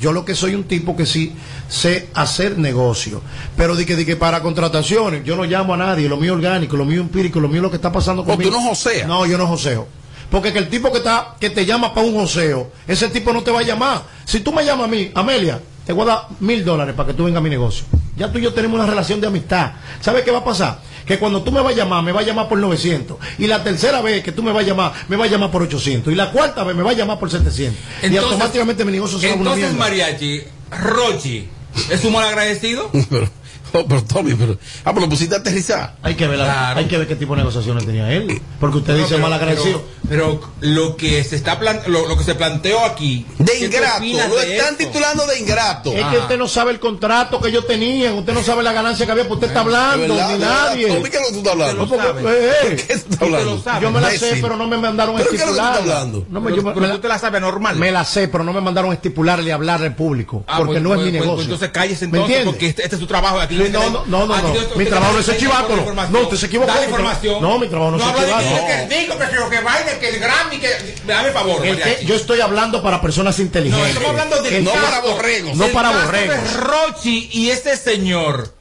[SPEAKER 3] Yo lo que soy un tipo que sí sé hacer negocio. Pero di que, di que para contrataciones, yo no llamo a nadie, lo mío orgánico, lo mío empírico, lo mío lo que está pasando conmigo.
[SPEAKER 1] Oh, tú no joseas.
[SPEAKER 3] No, yo no joseo. Porque que el tipo que está que te llama para un joseo, ese tipo no te va a llamar. Si tú me llamas a mí, Amelia, te voy a dar mil dólares para que tú vengas a mi negocio. Ya tú y yo tenemos una relación de amistad. ¿Sabes qué va a pasar? Que cuando tú me vas a llamar, me va a llamar por 900. Y la tercera vez que tú me vas a llamar, me va a llamar por 800. Y la cuarta vez me va a llamar por 700. y
[SPEAKER 2] Entonces-
[SPEAKER 3] automáticamente mi negocio se va a una
[SPEAKER 2] Entonces,
[SPEAKER 3] mierda.
[SPEAKER 2] Mariachi, Rochi, ¿es un mal agradecido?
[SPEAKER 1] [LAUGHS] pero, oh, pero Tommy, pero. Ah, pero lo pusiste a aterrizar.
[SPEAKER 3] Hay que ver, la-
[SPEAKER 2] Claro.
[SPEAKER 3] hay que ver qué tipo de negociaciones tenía él. Porque usted
[SPEAKER 2] No,
[SPEAKER 3] dice
[SPEAKER 2] pero-
[SPEAKER 3] mal agradecido.
[SPEAKER 2] Pero, pero lo que se está plan- lo, lo que se planteó aquí.
[SPEAKER 1] De
[SPEAKER 2] ¿qué tú
[SPEAKER 1] ingrato.
[SPEAKER 2] opinas
[SPEAKER 1] Lo
[SPEAKER 2] de
[SPEAKER 1] están
[SPEAKER 2] esto?
[SPEAKER 1] titulando de ingrato.
[SPEAKER 3] Es que usted no sabe el contrato que yo tenía, usted no sabe la ganancia que había, pues usted está hablando,
[SPEAKER 1] de verdad,
[SPEAKER 3] ni
[SPEAKER 1] de verdad.
[SPEAKER 3] nadie.
[SPEAKER 1] Tommy, ¿qué es lo que tú estás hablando?
[SPEAKER 3] No, porque-
[SPEAKER 1] Usted lo sabe.
[SPEAKER 3] eh, eh.
[SPEAKER 1] ¿Por qué tú estás hablando? Usted lo sabe.
[SPEAKER 3] Yo me la sé,
[SPEAKER 1] Imbécil.
[SPEAKER 3] pero no me mandaron
[SPEAKER 1] ¿Pero qué es lo que tú estás
[SPEAKER 3] estipular.
[SPEAKER 1] hablando?
[SPEAKER 3] No, me,
[SPEAKER 2] Pero-
[SPEAKER 3] yo me-
[SPEAKER 2] pero
[SPEAKER 3] me
[SPEAKER 2] tú te la sabes normal.
[SPEAKER 3] Me la sé, pero no me mandaron estipularle hablar al público,
[SPEAKER 2] Ah,
[SPEAKER 3] porque
[SPEAKER 2] pues-
[SPEAKER 3] no es
[SPEAKER 2] pues-
[SPEAKER 3] mi
[SPEAKER 2] pues-
[SPEAKER 3] negocio.
[SPEAKER 2] pues entonces cállese
[SPEAKER 3] ¿Me
[SPEAKER 2] entonces,
[SPEAKER 3] entiende?
[SPEAKER 2] porque este, este es tu trabajo. Aquí Ah, tienes que
[SPEAKER 3] no, no,
[SPEAKER 2] dar-
[SPEAKER 3] no, no,
[SPEAKER 2] aquí
[SPEAKER 3] no.
[SPEAKER 2] tienes que
[SPEAKER 3] Mi
[SPEAKER 2] dar
[SPEAKER 3] trabajo es ser
[SPEAKER 2] información.
[SPEAKER 3] chivato. No, usted se equivocó.
[SPEAKER 2] Dale
[SPEAKER 3] mi tra-
[SPEAKER 2] información.
[SPEAKER 3] No, mi trabajo no,
[SPEAKER 2] No
[SPEAKER 3] es ser
[SPEAKER 2] habla de que,
[SPEAKER 3] chivato.
[SPEAKER 2] que el disco, que lo que baile, que el Grammy, que. Dame favor.
[SPEAKER 3] El
[SPEAKER 2] mariachi.
[SPEAKER 3] que- yo estoy hablando para personas inteligentes.
[SPEAKER 2] Estamos hablando de
[SPEAKER 3] El
[SPEAKER 2] no
[SPEAKER 3] caso-
[SPEAKER 2] para borregos.
[SPEAKER 3] No
[SPEAKER 2] El
[SPEAKER 3] para
[SPEAKER 2] caso
[SPEAKER 3] borregos.
[SPEAKER 2] de Rochi y este señor.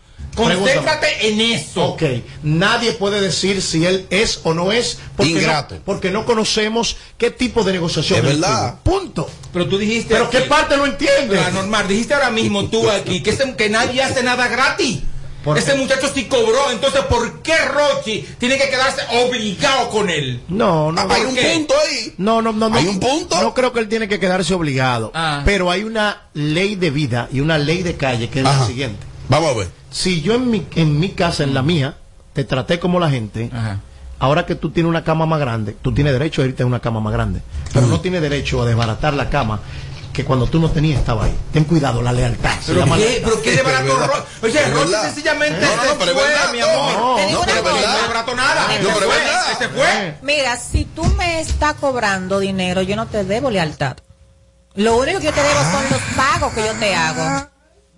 [SPEAKER 2] Concéntrate en eso.
[SPEAKER 3] Ok, nadie puede decir si él es o no es porque,
[SPEAKER 2] Ingrato.
[SPEAKER 3] No, porque no conocemos qué tipo de negociación
[SPEAKER 2] Es
[SPEAKER 3] él
[SPEAKER 2] verdad.
[SPEAKER 3] tuvo. Punto.
[SPEAKER 2] Pero tú dijiste.
[SPEAKER 3] Pero qué
[SPEAKER 2] aquí-
[SPEAKER 3] parte no entiende.
[SPEAKER 2] La normal, dijiste ahora mismo tú
[SPEAKER 3] pues,
[SPEAKER 2] aquí que, ese- que nadie hace nada gratis. Ese muchacho sí cobró, entonces ¿por qué Rochi tiene que quedarse obligado con él?
[SPEAKER 3] No, no.
[SPEAKER 2] Ah, hay un ¿Por qué? punto
[SPEAKER 1] ahí.
[SPEAKER 3] No, no, no. no.
[SPEAKER 2] Hay un punto.
[SPEAKER 3] No creo que él tiene que quedarse obligado.
[SPEAKER 2] Ah.
[SPEAKER 3] Pero hay una ley de vida y una ley de calle que es la
[SPEAKER 1] Ajá.
[SPEAKER 3] siguiente.
[SPEAKER 1] Vamos a ver.
[SPEAKER 3] Si yo en mi, en mi casa, en la mía, te traté como la gente, ahora que tú tienes una cama más grande, tú tienes derecho a irte a una cama más grande. Pero no tienes derecho a desbaratar la cama que cuando tú no tenías estaba ahí. Ten cuidado, la lealtad. se
[SPEAKER 2] Pero
[SPEAKER 3] llama
[SPEAKER 2] qué,
[SPEAKER 3] lealtad.
[SPEAKER 2] pero qué de barato Rochi. Oye,
[SPEAKER 3] Es
[SPEAKER 2] Rochi
[SPEAKER 3] verdad.
[SPEAKER 2] sencillamente
[SPEAKER 3] No, no,
[SPEAKER 2] se
[SPEAKER 3] no, pero es
[SPEAKER 2] fue,
[SPEAKER 3] verdad,
[SPEAKER 2] mi
[SPEAKER 3] no.
[SPEAKER 2] amor.
[SPEAKER 3] No,
[SPEAKER 2] No,
[SPEAKER 3] pero es verdad.
[SPEAKER 2] de barato nada.
[SPEAKER 1] No, pero es
[SPEAKER 2] fue,
[SPEAKER 1] verdad.
[SPEAKER 2] se
[SPEAKER 3] Eh.
[SPEAKER 2] fue.
[SPEAKER 1] Pues.
[SPEAKER 8] Mira, si tú me estás cobrando dinero, yo no te debo lealtad. Lo único que yo te debo son los pagos que yo te hago.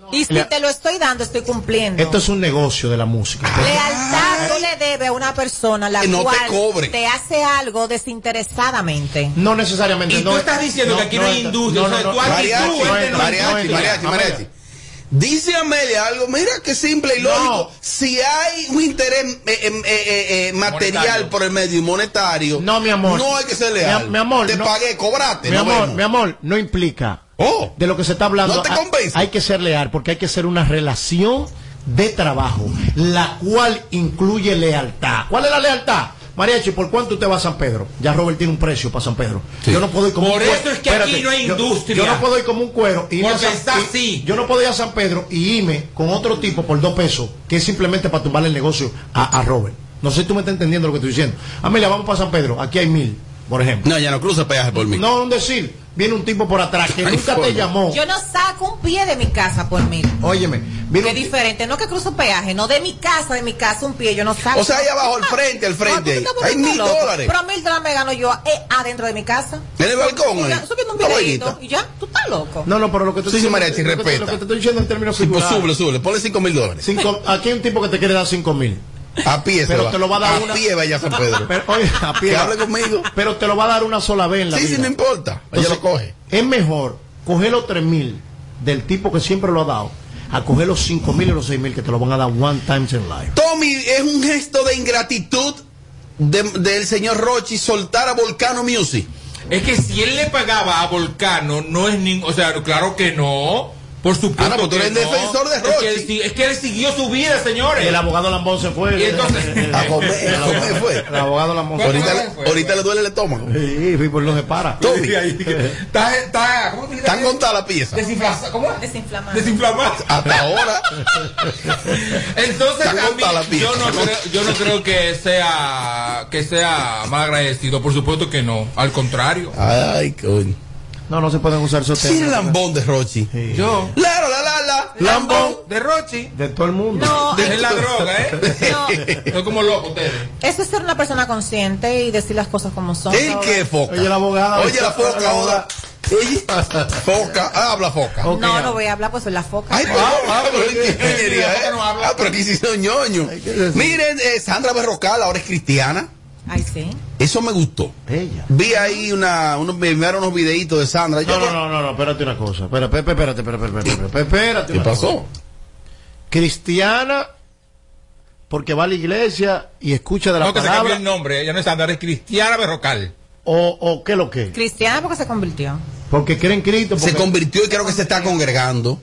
[SPEAKER 8] Y si
[SPEAKER 3] Lea-
[SPEAKER 8] te lo estoy dando, estoy cumpliendo.
[SPEAKER 3] Esto es un negocio de la música.
[SPEAKER 8] Ah, Lealtad tú le debes a una persona la
[SPEAKER 3] Que no te
[SPEAKER 8] cual
[SPEAKER 3] cobre.
[SPEAKER 8] hace algo desinteresadamente.
[SPEAKER 3] No necesariamente.
[SPEAKER 8] Y tú estás diciendo que aquí no hay
[SPEAKER 3] entra-
[SPEAKER 8] industria, o sea, tú este aquí
[SPEAKER 3] no Ah,
[SPEAKER 1] Mariachi,
[SPEAKER 3] entra, no
[SPEAKER 1] mariachi,
[SPEAKER 3] entra.
[SPEAKER 1] mariachi,
[SPEAKER 3] Amelia,
[SPEAKER 1] mariachi. Dice Amelia algo, mira que simple y
[SPEAKER 3] No.
[SPEAKER 1] lógico. Si hay un interés eh, eh, eh, eh, material
[SPEAKER 3] Monetario.
[SPEAKER 1] por el medio y monetario, no, mi
[SPEAKER 3] amor.
[SPEAKER 1] no hay que ser
[SPEAKER 3] Mi
[SPEAKER 1] leal.
[SPEAKER 3] am- mi amor,
[SPEAKER 1] te
[SPEAKER 3] no-
[SPEAKER 1] pagué, cobrate.
[SPEAKER 3] Mi
[SPEAKER 1] nos
[SPEAKER 3] amor,
[SPEAKER 1] vemos. Oh.
[SPEAKER 3] mi amor, no implica. de lo que se está hablando.
[SPEAKER 1] No te
[SPEAKER 3] ha- hay que ser leal porque hay que ser una relación de trabajo, la cual incluye lealtad. ¿Cuál es la lealtad? Mariachi, ¿por cuánto usted va a San Pedro? Ya Robert tiene un precio para San Pedro. Yo no puedo ir como
[SPEAKER 2] Por
[SPEAKER 3] un cuero.
[SPEAKER 2] eso es que aquí no hay
[SPEAKER 3] yo-
[SPEAKER 2] industria.
[SPEAKER 3] Yo, no puedo ir como un cuero. y irme
[SPEAKER 2] Porque
[SPEAKER 3] a San-
[SPEAKER 2] está
[SPEAKER 3] y- Yo no puedo ir a San Pedro y irme con otro tipo por dos pesos, que es simplemente para tumbarle el negocio a, a Robert. No sé si tú me estás entendiendo lo que estoy diciendo. Amelia, vamos para San Pedro. Aquí hay mil, por ejemplo.
[SPEAKER 1] No, ya no cruza peaje por mí.
[SPEAKER 3] No, un decir, viene un tipo por atrás que
[SPEAKER 1] Ay,
[SPEAKER 3] nunca
[SPEAKER 1] forma.
[SPEAKER 3] te llamó.
[SPEAKER 8] Yo no saco un pie de mi casa por mil.
[SPEAKER 3] Óyeme,
[SPEAKER 8] Que es diferente, no que cruzo peaje, no de mi casa, de mi casa un pie, yo no saco. Ah,
[SPEAKER 1] O sea, ahí abajo, al frente, al frente,
[SPEAKER 8] No, tú te
[SPEAKER 1] ahí.
[SPEAKER 8] estás
[SPEAKER 1] Hay
[SPEAKER 8] volviendo
[SPEAKER 1] mil
[SPEAKER 8] loco.
[SPEAKER 1] dólares.
[SPEAKER 8] Pero mil dólares me gano yo eh, adentro de mi casa.
[SPEAKER 1] En el balcón, ahí.
[SPEAKER 8] Subiendo un
[SPEAKER 1] Una
[SPEAKER 8] videito
[SPEAKER 1] vainita.
[SPEAKER 8] y ya, tú estás loco.
[SPEAKER 3] No, no, pero lo que te
[SPEAKER 1] Sí, sí,
[SPEAKER 3] estoy
[SPEAKER 1] mariachi,
[SPEAKER 3] lo que te-
[SPEAKER 1] respeta.
[SPEAKER 3] Lo que te estoy diciendo en términos
[SPEAKER 1] Sí, pues,
[SPEAKER 3] figurados.
[SPEAKER 1] súbele, súbele, ponle 5 mil dólares.
[SPEAKER 3] Cinco- aquí hay un tipo que te quiere dar cinco mil.
[SPEAKER 1] A pie se
[SPEAKER 3] Pero
[SPEAKER 1] va.
[SPEAKER 3] te lo va a dar
[SPEAKER 1] a
[SPEAKER 3] una-
[SPEAKER 1] pie vaya a San
[SPEAKER 3] [LAUGHS]
[SPEAKER 1] Pedro.
[SPEAKER 3] Pero, oye, a pie.
[SPEAKER 1] Que hable conmigo.
[SPEAKER 3] Pero te lo va a dar una sola vez en la
[SPEAKER 1] Sí, sí,
[SPEAKER 3] vida.
[SPEAKER 1] no importa. Ella lo coge.
[SPEAKER 3] Es mejor coger los tres mil del tipo que siempre lo ha dado a coger los 5 mil y los 6 mil que te lo van a dar one times in life.
[SPEAKER 1] Tommy, es un gesto de ingratitud de- del señor Rochi soltar a Volcano Music.
[SPEAKER 2] Es que si él le pagaba a Volcano, no es ningún. O sea, claro que no. Por supuesto.
[SPEAKER 1] Ah, no, pues tú
[SPEAKER 2] que
[SPEAKER 1] eres defensor de
[SPEAKER 2] Es que
[SPEAKER 1] Rochi.
[SPEAKER 2] él si- Es que él siguió su vida, señores.
[SPEAKER 3] El abogado Lambón se fue.
[SPEAKER 2] Y
[SPEAKER 3] [LAUGHS]
[SPEAKER 2] entonces-
[SPEAKER 3] a comer, a comer
[SPEAKER 1] fue.
[SPEAKER 3] El abogado Lambón se
[SPEAKER 1] Ahorita,
[SPEAKER 3] fue.
[SPEAKER 1] le- ahorita le duele el estómago.
[SPEAKER 3] Sí, sí, pues no se para. [LAUGHS]
[SPEAKER 1] Tommy,
[SPEAKER 2] está, está, ¿cómo dijiste?
[SPEAKER 1] ¿Tan contada la pieza?
[SPEAKER 2] Desinfla- ¿Cómo?
[SPEAKER 4] Desinflamar.
[SPEAKER 2] Desinflamar.
[SPEAKER 1] Hasta ahora.
[SPEAKER 2] Entonces,
[SPEAKER 1] Está
[SPEAKER 2] a mí,
[SPEAKER 1] cortada la pieza.
[SPEAKER 2] yo, no creo, yo no creo que sea que sea mal agradecido. Por supuesto que no. Al contrario.
[SPEAKER 1] Ay, coño.
[SPEAKER 3] No, no se pueden usar esos
[SPEAKER 1] Sí, el lambón de Rochi.
[SPEAKER 2] Yo.
[SPEAKER 1] Claro, la, la, la. Lambón.
[SPEAKER 2] De Rochi.
[SPEAKER 3] De todo el mundo.
[SPEAKER 4] No,
[SPEAKER 2] Es la droga, ¿eh? Son como locos ustedes.
[SPEAKER 4] Eso es ser una persona consciente y decir las cosas como son.
[SPEAKER 1] ¿En qué foca?
[SPEAKER 4] Oye, la abogada.
[SPEAKER 1] Oye, la foca ahora. Oye, foca. Habla foca.
[SPEAKER 4] no, no voy a hablar, pues soy la foca.
[SPEAKER 1] ah. Ay, pero, ah, pero qué ingeniería, ¿eh? Ah, pero aquí sí son ñoño. Miren, eh, Sandra Berrocal ahora es cristiana.
[SPEAKER 4] Ay, sí.
[SPEAKER 1] Eso me gustó. Vi ahí una, unos, me enviaron unos videitos de Sandra. Yo
[SPEAKER 3] No, no, no, no, no, espérate una cosa. Espera, espera, espérate, espérate, espérate, espérate, espérate.
[SPEAKER 1] ¿Qué
[SPEAKER 3] una
[SPEAKER 1] pasó?
[SPEAKER 3] cosa. Cristiana, porque va a la iglesia y escucha de la
[SPEAKER 2] No, que se cambió
[SPEAKER 3] palabra.
[SPEAKER 2] el nombre. Ya no es Sandra, es Cristiana Berrocal.
[SPEAKER 3] O, o qué lo que.
[SPEAKER 4] Cristiana porque se convirtió.
[SPEAKER 3] Porque creen Cristo.
[SPEAKER 1] Se convirtió y creo que se está congregando.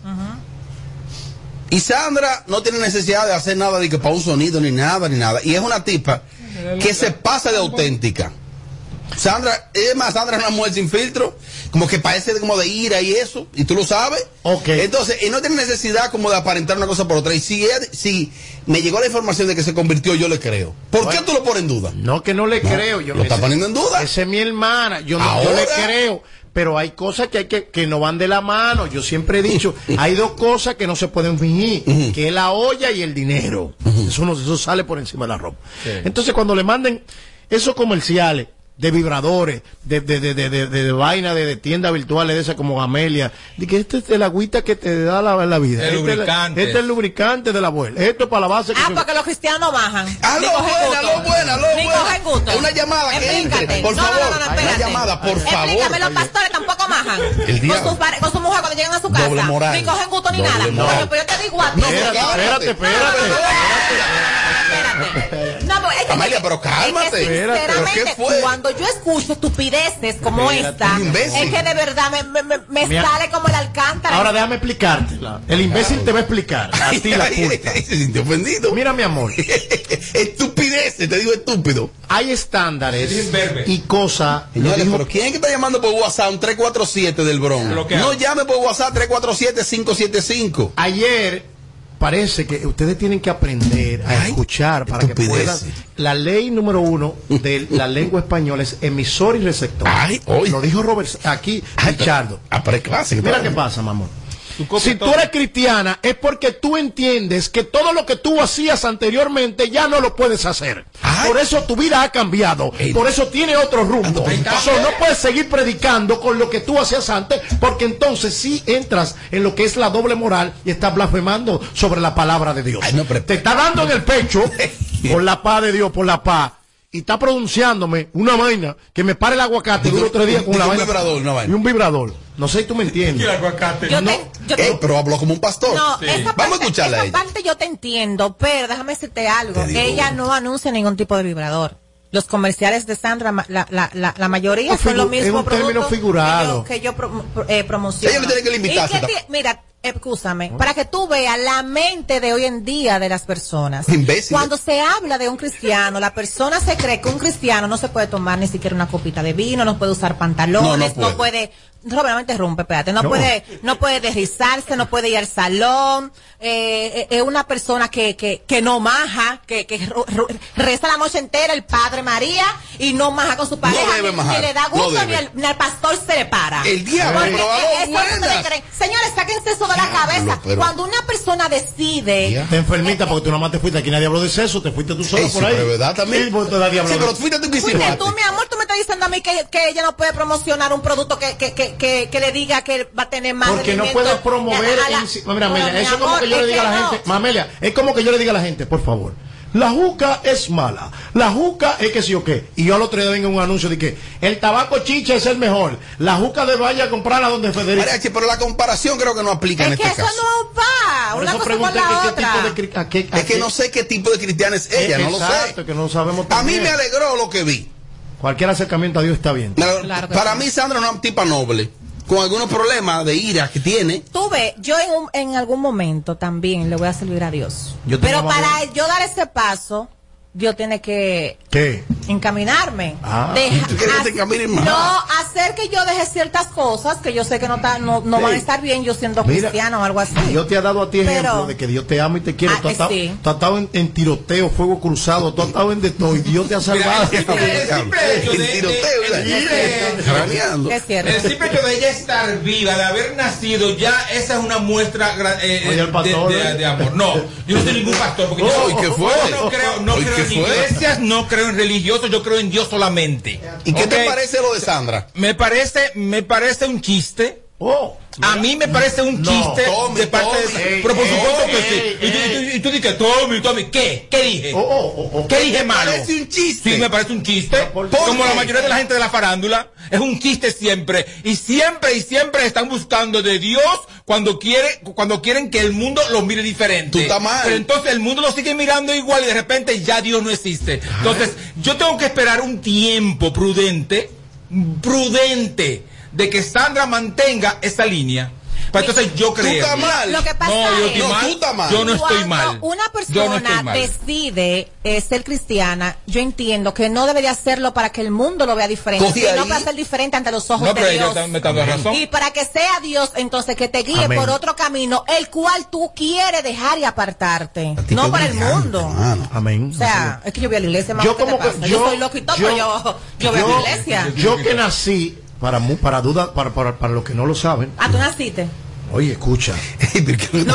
[SPEAKER 1] Y Sandra no tiene necesidad de hacer nada de que para un sonido ni nada ni nada. Y es una tipa que se pasa de auténtica. Sandra, es más, Sandra es una mujer sin filtro, como que parece de- como de ira y eso, y tú lo sabes. Entonces, y no tiene necesidad como de aparentar una cosa por otra. Y si, ella- si me llegó la información de que se convirtió, yo le creo. ¿Por qué tú lo pones en duda?
[SPEAKER 3] No, que no le creo. Yo,
[SPEAKER 1] lo está poniendo en duda.
[SPEAKER 3] Esa es mi hermana. Yo no yo le
[SPEAKER 1] Ahora.
[SPEAKER 3] creo. Pero hay cosas que, hay que, que no van de la mano. Yo siempre he dicho, hay dos cosas que no se pueden fingir, que es la olla y el dinero. Eso, no, eso sale por encima de la ropa. Entonces, cuando le manden esos comerciales de vibradores, de, de, de, de, de- de- de vaina de, de tiendas virtuales de esas como Amelia, de que este es el agüita que te da la, la vida.
[SPEAKER 2] El
[SPEAKER 3] este, es la-
[SPEAKER 2] lubricante.
[SPEAKER 3] este es el lubricante de la abuela. Esto es para la base que
[SPEAKER 4] Ah,
[SPEAKER 3] se-
[SPEAKER 4] porque los cristianos bajan.
[SPEAKER 1] Aló,
[SPEAKER 4] Ni cogen
[SPEAKER 1] Ah, buena,
[SPEAKER 4] gusto.
[SPEAKER 1] aló, buena, aló,
[SPEAKER 4] Ni
[SPEAKER 1] buena.
[SPEAKER 4] cogen gusto.
[SPEAKER 1] Una llamada que
[SPEAKER 4] Explícate.
[SPEAKER 1] entre, por
[SPEAKER 4] No, no, no,
[SPEAKER 1] favor.
[SPEAKER 4] no,
[SPEAKER 1] Una
[SPEAKER 4] espérate.
[SPEAKER 1] llamada, por
[SPEAKER 4] Explícame,
[SPEAKER 1] favor.
[SPEAKER 4] los pastores tampoco bajan.
[SPEAKER 1] El
[SPEAKER 4] con,
[SPEAKER 1] diablo.
[SPEAKER 4] sus, pare- con sus mujeres cuando llegan a su casa.
[SPEAKER 1] Doble moral.
[SPEAKER 4] Ni cogen gusto ni
[SPEAKER 1] Doble
[SPEAKER 4] nada.
[SPEAKER 1] moral.
[SPEAKER 4] Oye, pero yo te digo a ti.
[SPEAKER 1] No, pero cálmate.
[SPEAKER 4] No, pero es que-
[SPEAKER 1] Amelia, pero
[SPEAKER 4] es que
[SPEAKER 1] cálmate. Espérate. ¿Pero
[SPEAKER 4] sinceramente,
[SPEAKER 1] qué fue?
[SPEAKER 4] cuando yo escucho estupideces como
[SPEAKER 3] Espérate,
[SPEAKER 4] esta,
[SPEAKER 3] imbécil.
[SPEAKER 4] es que de verdad me, me- me- me
[SPEAKER 3] Mira.
[SPEAKER 4] sale como el alcántara.
[SPEAKER 3] Ahora déjame explicártela. El imbécil te va a explicar. A ti la culpa.
[SPEAKER 1] se sintió ofendido.
[SPEAKER 3] Mira, mi
[SPEAKER 1] [LAUGHS]
[SPEAKER 3] amor.
[SPEAKER 1] Estupideces, te digo estúpido.
[SPEAKER 3] Hay estándares
[SPEAKER 1] Sin verme.
[SPEAKER 3] y cosas.
[SPEAKER 1] Señores, pero ¿quién es que está llamando por WhatsApp? Un 347 del Bronx.
[SPEAKER 3] Bloqueado.
[SPEAKER 1] No llame por WhatsApp 347-575.
[SPEAKER 3] Ayer parece que ustedes tienen que aprender a escuchar para que puedan.
[SPEAKER 1] estupideces.
[SPEAKER 3] La ley número uno de la lengua española es emisor y receptor. Lo dijo Robert aquí, Richardo. Mira qué pasa, mamón. Si tú eres cristiana es porque tú entiendes que todo lo que tú hacías anteriormente ya no lo puedes hacer. Por eso tu vida ha cambiado. Por eso tiene otro rumbo. So, no puedes seguir predicando con lo que tú hacías antes porque entonces sí entras en lo que es la doble moral y estás blasfemando sobre la palabra de Dios. Te está dando en el pecho por la paz de Dios, por la paz. Y está pronunciándome una vaina que me pare el aguacate duro tres días con
[SPEAKER 1] Digo,
[SPEAKER 3] la
[SPEAKER 1] un
[SPEAKER 3] vaina.
[SPEAKER 1] vibrador, una vaina.
[SPEAKER 3] Y un vibrador. No sé si tú me entiendes.
[SPEAKER 4] Yo
[SPEAKER 3] No,
[SPEAKER 4] te- yo te-
[SPEAKER 1] Eh, pero habló como un pastor.
[SPEAKER 4] No, esa
[SPEAKER 1] Vamos a escucharla a
[SPEAKER 4] Esa
[SPEAKER 1] ella.
[SPEAKER 4] parte yo te entiendo, pero déjame decirte algo. Ella no anuncia ningún tipo de vibrador. Los comerciales de Sandra, ma- la, la, la, la mayoría
[SPEAKER 3] Es
[SPEAKER 4] son los
[SPEAKER 3] figu- es
[SPEAKER 4] mismos
[SPEAKER 3] un término
[SPEAKER 4] productos
[SPEAKER 3] figurado.
[SPEAKER 4] que yo, que yo pro- pro- eh, promociono.
[SPEAKER 1] Ella no tiene que limitarse
[SPEAKER 4] Y que ti-
[SPEAKER 1] tampoco.
[SPEAKER 4] mira, escúchame, para que tú veas la mente de hoy en día de las personas.
[SPEAKER 1] Imbéciles.
[SPEAKER 4] Cuando se habla de un cristiano, la persona se cree que un cristiano no se puede tomar ni siquiera una copita de vino, no puede usar pantalones,
[SPEAKER 1] No, no
[SPEAKER 4] no puede... Robert, no te rompe, espérate, no,
[SPEAKER 1] No.
[SPEAKER 4] puede no puede deslizarse, no puede ir al salón, eh, es una persona que, que, que no maja, que, que ro- ro- reza la noche entera el Padre María y no maja con su pareja,
[SPEAKER 1] debe
[SPEAKER 4] ni-
[SPEAKER 1] majar,
[SPEAKER 4] ni le da
[SPEAKER 1] no
[SPEAKER 4] gusto,
[SPEAKER 1] debe.
[SPEAKER 4] ni, al, ni al pastor se le para.
[SPEAKER 1] El diablo,
[SPEAKER 4] Porque
[SPEAKER 1] pero aló,
[SPEAKER 4] eso es lo que
[SPEAKER 1] buenas.
[SPEAKER 4] le creen. Señores, sáquense eso de la cabeza.
[SPEAKER 3] pero-
[SPEAKER 4] Cuando una persona decide...
[SPEAKER 3] Te enfermita porque tú nada más te fuiste. Aquí nadie habló de sexo. Te fuiste tú solo
[SPEAKER 1] Ey, sí,
[SPEAKER 3] por ahí.
[SPEAKER 1] pero ¿verdad también?
[SPEAKER 3] Sí, porque nadie habló
[SPEAKER 1] Sí,
[SPEAKER 3] de-
[SPEAKER 1] pero fuiste tú que hiciste.
[SPEAKER 4] Fuiste tú, mi amor, tú me estás diciendo a mí que, que ella no puede promocionar un producto que, que, que, que, que le diga que va a tener más
[SPEAKER 3] Porque no puedes promover.
[SPEAKER 4] A la-
[SPEAKER 3] en sí- Mira, Amelia,
[SPEAKER 4] Bueno,
[SPEAKER 3] eso
[SPEAKER 4] mi
[SPEAKER 3] es como
[SPEAKER 4] amor,
[SPEAKER 3] que yo le
[SPEAKER 4] es
[SPEAKER 3] diga a la
[SPEAKER 4] no.
[SPEAKER 3] gente. Mamelia, es como que yo le diga a la gente, por favor. La juca es mala. La juca es que sí o qué. Y yo al otro día vengo un anuncio de que el tabaco chicha es el mejor. La juca de vaya a comprarla donde Federico.
[SPEAKER 1] Mariachi, pero la comparación creo que no aplica en
[SPEAKER 4] Es que
[SPEAKER 1] este
[SPEAKER 4] eso
[SPEAKER 1] caso.
[SPEAKER 4] no va. otra. Una cosa con la otra.
[SPEAKER 1] es que no sé qué tipo de cristiana es ella, no lo sé.
[SPEAKER 3] Eh, Exacto, que no sabemos
[SPEAKER 1] A mí
[SPEAKER 3] también.
[SPEAKER 1] me alegró lo que vi.
[SPEAKER 3] Cualquier acercamiento a Dios está bien.
[SPEAKER 1] Me alegró. Para mí Sandra no es una tipa noble, con algunos problemas de ira que tiene.
[SPEAKER 4] Tuve, yo en, un- en algún momento también le voy a servir a Dios.
[SPEAKER 1] Yo te
[SPEAKER 4] Pero
[SPEAKER 1] llamo a
[SPEAKER 4] para yo dar ese paso, Dios tiene que
[SPEAKER 3] ¿Qué?
[SPEAKER 4] encaminarme.
[SPEAKER 3] Ah,
[SPEAKER 4] Deja-
[SPEAKER 3] ¿tú quieres que te
[SPEAKER 4] haz-
[SPEAKER 3] encaminen más?
[SPEAKER 4] No, hacer que yo deje ciertas cosas que yo sé que no, ta- no, no van a
[SPEAKER 3] Sí.
[SPEAKER 4] estar bien yo siendo
[SPEAKER 3] Mira,
[SPEAKER 4] cristiano o algo así.
[SPEAKER 3] Dios te ha dado a ti ejemplo
[SPEAKER 4] Pero-
[SPEAKER 3] de que Dios te ama y te quiere.
[SPEAKER 4] Ah,
[SPEAKER 3] tú, has estado,
[SPEAKER 4] sí.
[SPEAKER 3] tú has estado en, en tiroteo, fuego cruzado, tú has estado en de todo y Dios te ha salvado.
[SPEAKER 4] este,
[SPEAKER 2] Craneando.
[SPEAKER 4] Es cierto.
[SPEAKER 2] El simple hecho de ella estar viva, de haber nacido, ya esa es una muestra gra- eh, eh,
[SPEAKER 3] Oye, el pastor,
[SPEAKER 2] de, de-
[SPEAKER 3] ¿eh?
[SPEAKER 2] de amor. No, yo no soy ningún pastor. Porque yo,
[SPEAKER 1] Oh, ¿y qué fue?
[SPEAKER 2] yo no creo, no
[SPEAKER 1] Oh, ¿y
[SPEAKER 2] creo
[SPEAKER 1] qué
[SPEAKER 2] en
[SPEAKER 1] fue?
[SPEAKER 2] iglesias, no creo en religiosos, yo creo en Dios solamente.
[SPEAKER 1] ¿Y qué te
[SPEAKER 2] ¿Ok?
[SPEAKER 1] parece lo de Sandra?
[SPEAKER 2] Me parece, me parece un chiste. a mí me parece un
[SPEAKER 1] Oh. No.
[SPEAKER 2] chiste
[SPEAKER 1] Tommy,
[SPEAKER 2] de parte
[SPEAKER 1] Tommy,
[SPEAKER 2] de
[SPEAKER 1] ey,
[SPEAKER 2] Pero por
[SPEAKER 1] ey,
[SPEAKER 2] supuesto que
[SPEAKER 1] ey, Oh,
[SPEAKER 2] sí. Y tú- y tú- y tú dices, Tommy, Tommy, ¿qué? ¿Qué dije? ¿Qué dije
[SPEAKER 1] ¿Te
[SPEAKER 2] malo?
[SPEAKER 1] parece un chiste?
[SPEAKER 2] Sí, me parece un chiste.
[SPEAKER 1] qué?
[SPEAKER 2] Como la mayoría de la gente de la farándula, es un chiste siempre. Y siempre y siempre están buscando de Dios cuando quiere, cuando quieren que el mundo los mire diferente.
[SPEAKER 1] Tú estás mal.
[SPEAKER 2] Pero entonces el mundo lo sigue mirando igual y de repente ya Dios no existe. Entonces, yo tengo que esperar un tiempo prudente, prudente, de que Sandra mantenga esa línea. Para entonces yo creo.
[SPEAKER 4] estás mal. Lo que pasa
[SPEAKER 2] no, yo
[SPEAKER 4] es-
[SPEAKER 2] estoy
[SPEAKER 4] No,
[SPEAKER 2] mal.
[SPEAKER 4] tú estás mal.
[SPEAKER 2] Yo no estoy
[SPEAKER 4] Cuando
[SPEAKER 2] mal.
[SPEAKER 4] Una
[SPEAKER 2] Yo no estoy
[SPEAKER 4] persona
[SPEAKER 2] mal.
[SPEAKER 4] decide eh, ser cristiana, yo entiendo que no debería hacerlo para que el mundo lo vea diferente,
[SPEAKER 2] Cogí
[SPEAKER 4] sino
[SPEAKER 2] ahí.
[SPEAKER 4] para ser diferente ante los ojos
[SPEAKER 2] No, pero
[SPEAKER 4] de
[SPEAKER 2] ella
[SPEAKER 4] Dios.
[SPEAKER 2] está- me está dando razón.
[SPEAKER 4] Y para que sea Dios, entonces, que te guíe
[SPEAKER 2] Amén.
[SPEAKER 4] por otro camino, el cual tú quieres dejar y apartarte.
[SPEAKER 3] Este
[SPEAKER 4] No para el mundo.
[SPEAKER 3] Amén.
[SPEAKER 4] O sea, es que yo voy a la iglesia, mamá,
[SPEAKER 3] Yo
[SPEAKER 4] ¿qué te
[SPEAKER 3] como que-
[SPEAKER 4] pasa? yo,
[SPEAKER 3] yo-
[SPEAKER 4] soy loco y todo,
[SPEAKER 3] yo-
[SPEAKER 4] pero yo, yo voy a la iglesia.
[SPEAKER 3] yo que nací, para, mu- para dudas, para, para, para los que no lo saben,
[SPEAKER 4] Ah, tú naciste.
[SPEAKER 3] oye,
[SPEAKER 1] [LAUGHS]
[SPEAKER 3] escucha.
[SPEAKER 4] No, ¿qué te dice?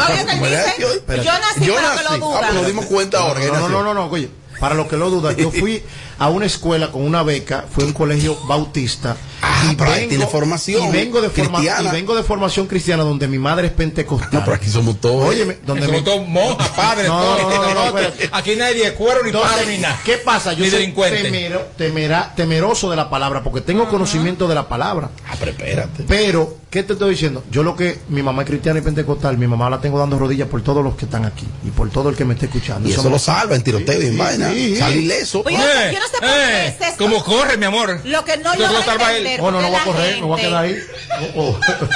[SPEAKER 4] Yo nací,
[SPEAKER 3] Yo
[SPEAKER 4] pero que lo
[SPEAKER 3] nací.
[SPEAKER 4] duda.
[SPEAKER 1] Ah, pues nos dimos cuenta ahora que
[SPEAKER 3] No, no,
[SPEAKER 1] nació.
[SPEAKER 3] no, no, no, oye, para los que lo dudan, yo fui a una escuela con una beca, fue un colegio bautista. y,
[SPEAKER 1] Ah, pero ahí tiene formación
[SPEAKER 3] y vengo de forma-
[SPEAKER 1] cristiana.
[SPEAKER 3] y vengo de formación cristiana donde mi madre es pentecostal. No, pero
[SPEAKER 1] aquí somos todos. ¿eh?
[SPEAKER 3] Óyeme, donde
[SPEAKER 2] Sobre
[SPEAKER 3] mi-
[SPEAKER 2] todo monja, padre,
[SPEAKER 3] No,
[SPEAKER 2] todo,
[SPEAKER 3] no, no, no,
[SPEAKER 1] [LAUGHS]
[SPEAKER 2] todo.
[SPEAKER 3] espérate.
[SPEAKER 2] Aquí nadie de cuero, ni
[SPEAKER 3] Entonces,
[SPEAKER 2] padre, ni nada.
[SPEAKER 3] ¿Qué pasa? Yo
[SPEAKER 2] Ni
[SPEAKER 3] soy
[SPEAKER 2] delincuente.
[SPEAKER 3] temero- temera- temeroso de la palabra porque tengo conocimiento de la palabra.
[SPEAKER 1] Ah, pero espérate.
[SPEAKER 3] Pero, ¿qué te estoy diciendo? Yo lo que mi mamá es cristiana y pentecostal, mi mamá la tengo dando rodillas por todos los que están aquí y por todo el que me esté escuchando.
[SPEAKER 1] Y eso
[SPEAKER 3] me-
[SPEAKER 1] lo salva en tiroteo y en
[SPEAKER 3] Sí,
[SPEAKER 1] vaina.
[SPEAKER 3] sí.
[SPEAKER 1] Salir ileso.
[SPEAKER 2] Pues
[SPEAKER 4] Oye, yo- yo no sé por
[SPEAKER 3] Eh,
[SPEAKER 4] qué es eso.
[SPEAKER 2] ¿Cómo corre, mi amor?
[SPEAKER 4] Lo que no
[SPEAKER 2] Yo
[SPEAKER 4] logro
[SPEAKER 2] lo salva él.
[SPEAKER 4] entender,
[SPEAKER 2] Oh, no, no
[SPEAKER 4] porque
[SPEAKER 2] voy a
[SPEAKER 4] la
[SPEAKER 2] correr, me voy a quedar ahí.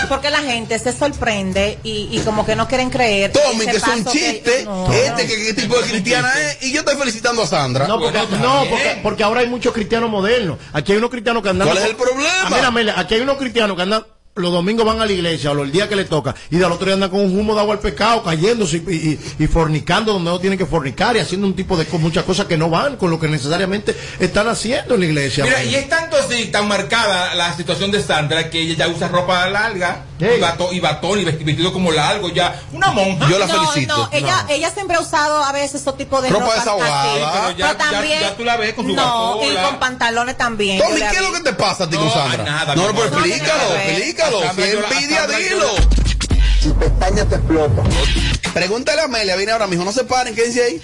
[SPEAKER 4] Porque la gente se sorprende y, y como que no quieren creer.
[SPEAKER 1] Tommy,
[SPEAKER 4] ese
[SPEAKER 1] que es un
[SPEAKER 4] paso que-
[SPEAKER 1] chiste.
[SPEAKER 4] No.
[SPEAKER 1] Este, que qué tipo de cristiana es. Y yo estoy felicitando a Sandra.
[SPEAKER 3] No, porque, no porque, porque ahora hay muchos cristianos modernos. Aquí hay unos cristianos que andan.
[SPEAKER 1] ¿Cuál es el problema?
[SPEAKER 3] Ah, mira, Amelia, aquí hay unos cristianos que andan. Los domingos van a la iglesia, o los días que le toca, y del otro día andan con un humo de agua al pecado, cayéndose y, y- y fornicando donde no tienen que fornicar y haciendo un tipo de co- muchas cosas que no van con lo que necesariamente están haciendo en la iglesia.
[SPEAKER 2] Mira,
[SPEAKER 3] Amelia.
[SPEAKER 2] y es tanto así, tan marcada la situación de Sandra que ella ya usa ropa larga y, bato- y batón y vesti- vestido como largo, ya. Una monja.
[SPEAKER 4] No, No, ella, ella siempre ha usado a veces esos tipos de
[SPEAKER 2] Ropa
[SPEAKER 4] ropas
[SPEAKER 2] desahogada.
[SPEAKER 4] así,
[SPEAKER 2] Sí, pero ya-
[SPEAKER 4] pero
[SPEAKER 2] ya-
[SPEAKER 4] también,
[SPEAKER 2] ya tú la ves con su
[SPEAKER 4] No, y
[SPEAKER 2] batola.
[SPEAKER 4] con pantalones también.
[SPEAKER 1] Tommy,
[SPEAKER 4] yo la
[SPEAKER 1] ¿qué es
[SPEAKER 4] vi.
[SPEAKER 1] lo que te pasa a ti con
[SPEAKER 2] No,
[SPEAKER 1] Sandra?
[SPEAKER 2] a nada,
[SPEAKER 1] no,
[SPEAKER 2] mi
[SPEAKER 1] pero
[SPEAKER 2] amor. No,
[SPEAKER 1] explícalo,
[SPEAKER 2] no, no, no.
[SPEAKER 1] explícalo.
[SPEAKER 2] A Sandra
[SPEAKER 1] Si
[SPEAKER 2] yo la- a
[SPEAKER 1] envidia,
[SPEAKER 2] Sandra yo
[SPEAKER 1] dilo. Si pestaña te explota. Pregúntale a Amelia, viene ahora, mijo, no se paren, quédense ahí.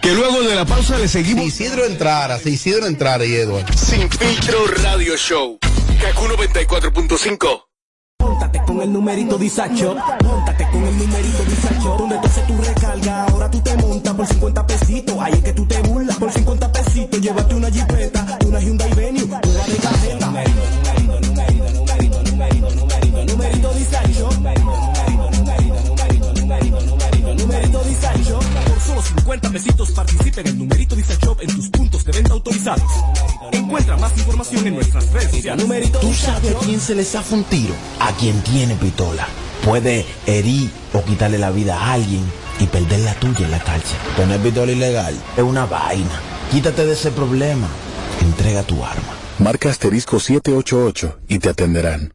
[SPEAKER 19] Que luego de la pausa le seguimos.
[SPEAKER 1] Si Isidro entrara, si Isidro entrara y Edward.
[SPEAKER 19] Sin filtro radio show. Kaku 94.5.
[SPEAKER 15] Móntate con el numerito disacho. Móntate con el numerito disacho. Donde tú haces tu recarga, ahora tú te montas por 50 pesitos. Ahí es que tú te burlas por 50 pesitos. Llévate una jipeta, una Hyundai Venue, una de cajeta. Numerito, numerito, numerito, numerito, numerito, numerito disacho. numerito disacho. Por solo 50 pesitos participa en el numerito disacho en tus puntos de venta autorizados. Encuentra más información en nuestras redes sociales. Numerito
[SPEAKER 21] ¿Tú sabes a quién se le zafa un tiro? A quien tiene pistola. Puede herir o quitarle la vida a alguien y perder la tuya en la cárcel. Tener pistola ilegal es una vaina. Quítate de ese problema. Entrega tu arma.
[SPEAKER 19] Marca asterisco 788 y te atenderán.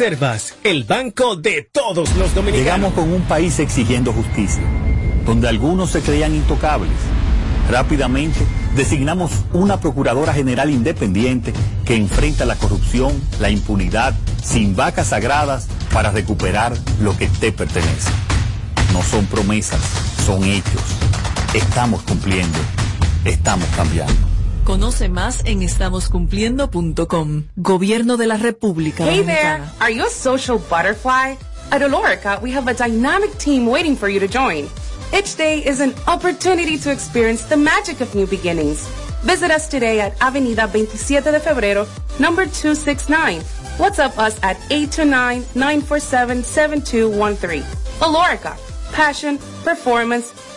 [SPEAKER 11] Reservas, el banco de todos los dominicanos.
[SPEAKER 16] Llegamos con un país exigiendo justicia, donde algunos se creían intocables. Rápidamente designamos una Procuradora General independiente que enfrenta la corrupción, la impunidad, sin vacas sagradas para recuperar lo que te pertenece. No son promesas, son hechos. Estamos cumpliendo, estamos cambiando.
[SPEAKER 17] Conoce más en estamoscumpliendo.com. Gobierno de la República
[SPEAKER 6] Hey
[SPEAKER 17] Dominicana.
[SPEAKER 6] there! Are you a social butterfly? At Olorica, we have a dynamic team waiting for you to join. Each day is an opportunity to experience the magic of new beginnings. Visit us today at Avenida 27 de Febrero, number 269. WhatsApp us at 829-947-7213. Olorica, passion, performance,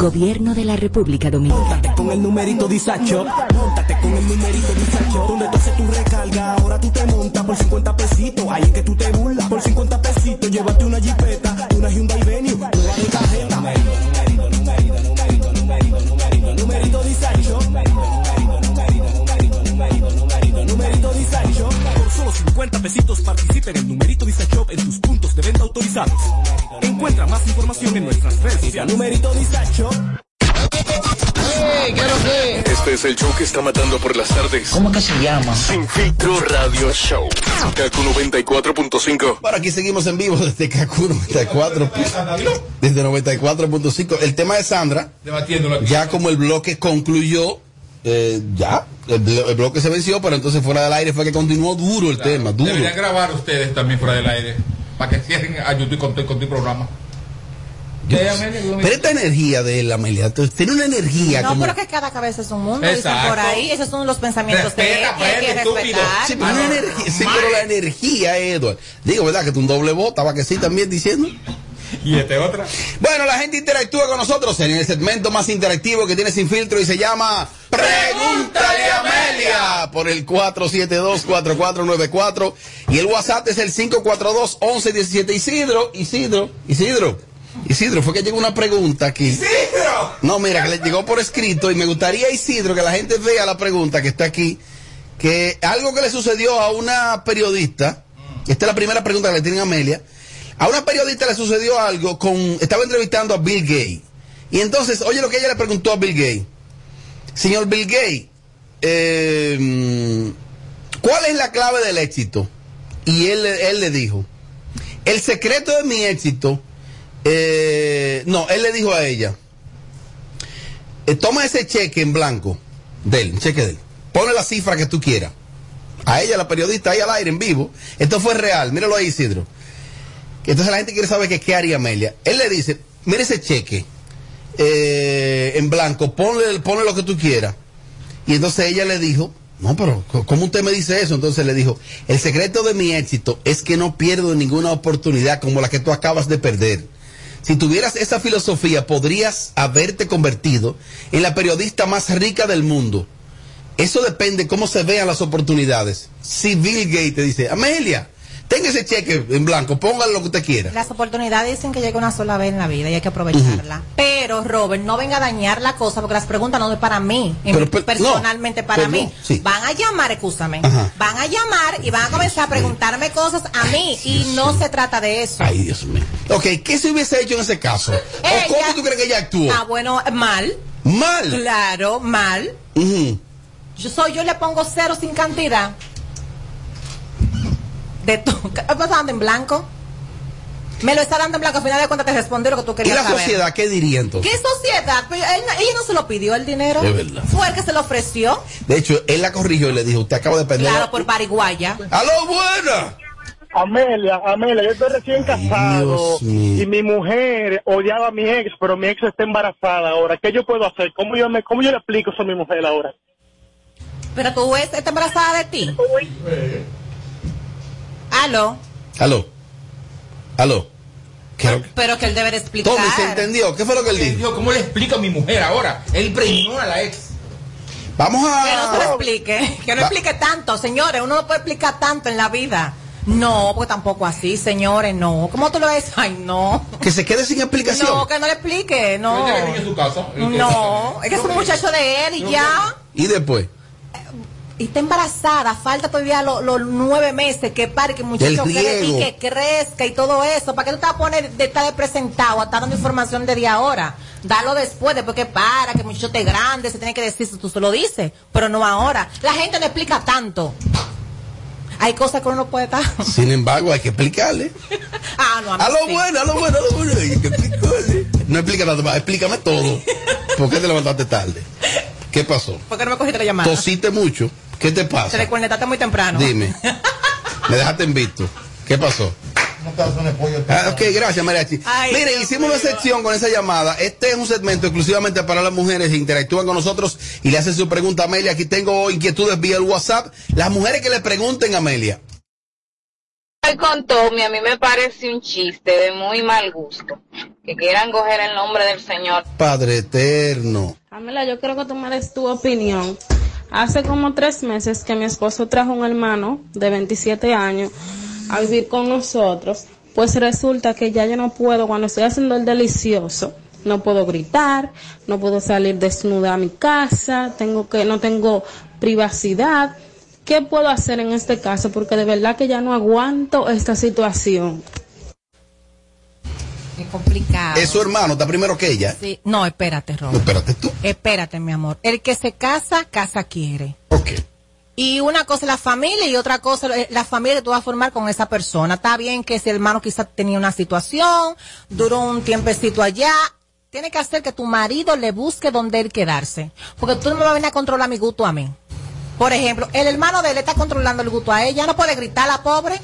[SPEAKER 12] Gobierno de la República Dominicana.
[SPEAKER 15] Móntate con el numerito disacho. Móntate con el numerito disacho. Donde tú haces tu recarga, ahora tú te montas por 50 pesitos. Ahí es que tú te burlas. Por 50 pesitos, llévate una jipeta, una Hyundai Venue, una de cajeta. Numerito disacho. Numerito disacho.
[SPEAKER 11] Por solo 50 pesitos participa en el numerito Visa Shop en tus puntos de venta autorizados. Encuentra más información en nuestras redes sociales.
[SPEAKER 15] Numerito disacho.
[SPEAKER 11] ¡Ey! quiero que.
[SPEAKER 19] Este es el show que está matando por las tardes.
[SPEAKER 1] ¿Cómo que se llama?
[SPEAKER 19] Sin filtro radio show. Kaku 94.5.
[SPEAKER 1] Bueno, aquí seguimos en vivo desde Kaku 94. Desde 94.5. El tema de Sandra,
[SPEAKER 2] Debatiéndolo aquí.
[SPEAKER 1] ya como el bloque concluyó, eh, ya, el, blo- el bloque se venció, pero entonces fuera del aire fue que continuó duro el tema, duro.
[SPEAKER 2] Deberían grabar ustedes también fuera del aire. Para que cierren a YouTube con tu, con tu programa.
[SPEAKER 1] Yo-
[SPEAKER 2] Ya, Amelia, yo-
[SPEAKER 1] pero esta energía de la Amelia, entonces, tiene una energía
[SPEAKER 4] No,
[SPEAKER 1] como...
[SPEAKER 4] pero que cada cabeza es un mundo, dicen
[SPEAKER 1] Exacto.
[SPEAKER 4] por ahí. Esos son los pensamientos
[SPEAKER 1] Respeta,
[SPEAKER 4] que hay que
[SPEAKER 1] aprende,
[SPEAKER 4] respetar.
[SPEAKER 1] Sí, pero,
[SPEAKER 2] Ah,
[SPEAKER 1] una energía- sí, pero la energía, Edward. Digo, ¿verdad? Que tú un doble voz, estaba que sí también diciendo.
[SPEAKER 2] Y
[SPEAKER 3] este
[SPEAKER 2] esta es otra.
[SPEAKER 1] Bueno, la gente interactúa con nosotros en el segmento más interactivo que tiene Sin Filtro y se llama Pregúntale a Amelia por el 472-4494 y el WhatsApp es el 542-1117. Isidro, Isidro, Isidro, Isidro, fue que llegó una pregunta aquí. ¡Isidro! No, mira, que le llegó por escrito y me gustaría, Isidro, que la gente vea la pregunta que está aquí, que algo que le sucedió a una periodista, esta es la primera pregunta que le tienen a Amelia, a una periodista le sucedió algo con, estaba entrevistando a Bill Gates. Y entonces, oye lo que ella le preguntó a Bill Gates. Señor Bill Gates, eh, ¿cuál es la clave del éxito? Y él, él le dijo, el secreto de mi éxito, eh, no, él le dijo a ella, eh, toma ese cheque en blanco de él, un cheque de él, pone la cifra que tú quieras. A ella, la periodista, ahí al aire, en vivo. Esto fue real, míralo ahí, Isidro. Entonces la gente quiere saber que, qué haría Amelia. Él le dice, mira ese cheque eh, en blanco, ponle, ponle lo que tú quieras. Y entonces ella le dijo, no, pero c- ¿cómo usted me dice eso? Entonces le dijo, el secreto de mi éxito es que no pierdo ninguna oportunidad como la que tú acabas de perder. Si tuvieras esa filosofía, podrías haberte convertido en la periodista más rica del mundo. Eso depende cómo se vean las oportunidades. Si Bill Gates te dice, Amelia, tenga ese cheque en blanco, póngale lo que usted quiera.
[SPEAKER 4] Las oportunidades dicen que llega una sola vez en la vida y hay que aprovecharla. Pero Pero, Robert, no venga a dañar la cosa porque las preguntas no son para mí,
[SPEAKER 1] Pero,
[SPEAKER 4] en-
[SPEAKER 1] pero,
[SPEAKER 4] personalmente
[SPEAKER 1] no,
[SPEAKER 4] para
[SPEAKER 1] pero
[SPEAKER 4] mí.
[SPEAKER 1] no, sí.
[SPEAKER 4] Van a llamar, escúchame,
[SPEAKER 1] Ajá.
[SPEAKER 4] van a llamar y van a comenzar a preguntarme cosas a mí y no se trata de eso.
[SPEAKER 1] Ay, Dios mío. Ok, ¿qué se hubiese hecho en ese caso? ¿O cómo
[SPEAKER 4] Ella-
[SPEAKER 1] tú crees que ella actuó?
[SPEAKER 4] Eh, Ah, bueno, mal.
[SPEAKER 1] Mal.
[SPEAKER 4] Claro, mal.
[SPEAKER 1] Ujú.
[SPEAKER 4] Yo soy yo le pongo cero sin cantidad. De [LAUGHS] todo. ¿Me está dando en blanco? Me lo está dando en blanco. Al final de cuentas te responde lo que tú
[SPEAKER 1] ¿Y
[SPEAKER 4] querías
[SPEAKER 1] la
[SPEAKER 4] saber.
[SPEAKER 1] sociedad qué diría entonces?
[SPEAKER 4] ¿Qué sociedad? Pero él no- ella no se lo pidió el dinero.
[SPEAKER 1] Es verdad.
[SPEAKER 4] Fue el que se lo ofreció.
[SPEAKER 1] De hecho, él la corrigió y le dijo, usted acaba de perder.
[SPEAKER 4] Claro, por Paraguaya.
[SPEAKER 1] ¡Aló, buena!
[SPEAKER 7] Amelia, Amelia, yo estoy recién casado
[SPEAKER 1] Dios mío.
[SPEAKER 7] y mi mujer odiaba a mi ex, pero mi ex está embarazada ahora. ¿Qué yo puedo hacer? ¿Cómo yo me, cómo yo le explico eso a mi mujer ahora?
[SPEAKER 4] Pero tú ves, está embarazada de ti. Aló.
[SPEAKER 1] Aló. Aló.
[SPEAKER 4] Pero que él debe de explicar.
[SPEAKER 1] Tommy, ¿se entendió? ¿Qué fue lo que él dijo?
[SPEAKER 2] Dios, ¿cómo le explico a mi mujer ahora? Él preñó a la ex.
[SPEAKER 1] Vamos
[SPEAKER 4] Que no se lo
[SPEAKER 1] a...
[SPEAKER 4] explique. Que no
[SPEAKER 1] Va-
[SPEAKER 4] explique tanto, señores. Uno no puede explicar tanto en la vida. No, porque tampoco así, señores, no. ¿Cómo tú lo ves? Ay, no.
[SPEAKER 1] Que se quede sin explicación.
[SPEAKER 4] No, que no le explique, no.
[SPEAKER 2] Ella le niño en su casa.
[SPEAKER 4] No, es que es un muchacho de él y ya.
[SPEAKER 1] Y después,
[SPEAKER 4] Y está embarazada, falta todavía lo- los nueve meses que pare, que el muchacho
[SPEAKER 1] El
[SPEAKER 4] crezca y
[SPEAKER 1] riego.
[SPEAKER 4] que crezca y todo eso. ¿Para qué tú te vas a poner de estar de presentado, a estar dando información desde ahora? Dalo después, después que para, que el muchacho esté grande, se tiene que decir, tú se lo dices, pero no ahora. La gente no explica tanto. Hay cosas que uno no puede estar. [LAUGHS]
[SPEAKER 1] sin embargo, hay que explicarle.
[SPEAKER 4] Ah, no, a mí
[SPEAKER 1] A lo
[SPEAKER 4] sí.
[SPEAKER 1] bueno, a lo bueno, a lo bueno. Hay que explicarle. No explica nada más, explícame todo. ¿Por qué te levantaste tarde? ¿Qué pasó?
[SPEAKER 4] ¿Por qué no me cogiste la llamada?
[SPEAKER 1] ¿Tosiste mucho? ¿Qué te
[SPEAKER 4] Te
[SPEAKER 1] pasa?
[SPEAKER 4] desconectaste muy temprano. [LAUGHS]
[SPEAKER 1] Dime. Me dejaste en visto. ¿Qué pasó? Ah, ok, gracias, Mariachi.
[SPEAKER 4] Ay,
[SPEAKER 1] Miren,
[SPEAKER 4] Dios
[SPEAKER 1] hicimos una sección con esa llamada. Este es un segmento exclusivamente para las mujeres que interactúan con nosotros y le hacen su pregunta a Amelia. Aquí tengo inquietudes vía el WhatsApp. Las mujeres que le pregunten a Amelia.
[SPEAKER 9] Estoy con Tommy, a mí me parece un chiste de muy mal gusto. Que quieran coger el nombre del Señor.
[SPEAKER 1] Padre eterno.
[SPEAKER 22] Pamela, yo creo que tú me des tu opinión. Hace como tres meses que mi esposo trajo un hermano de 27 años a vivir con nosotros. Pues resulta que ya yo no puedo, cuando estoy haciendo el delicioso, no puedo gritar, no puedo salir desnuda a mi casa, tengo que, no tengo privacidad. ¿Qué puedo hacer en este caso? Porque de verdad que ya no aguanto esta situación.
[SPEAKER 4] Qué complicado.
[SPEAKER 1] Es su hermano, está primero que ella.
[SPEAKER 4] Ah. Sí. No, espérate, Rob.
[SPEAKER 1] No, espérate tú.
[SPEAKER 4] Espérate, mi amor. El que se casa, casa quiere.
[SPEAKER 1] Ok.
[SPEAKER 4] Y una cosa es la familia y otra cosa eh, la familia que tú vas a formar con esa persona. Está bien que ese hermano quizás tenía una situación, duró un tiempecito allá. Tiene que hacer que tu marido le busque donde él quedarse. Porque tú no me vas a venir a controlar mi gusto a mí. Por ejemplo, el hermano de él está controlando el gusto a ella. No puede gritar la pobre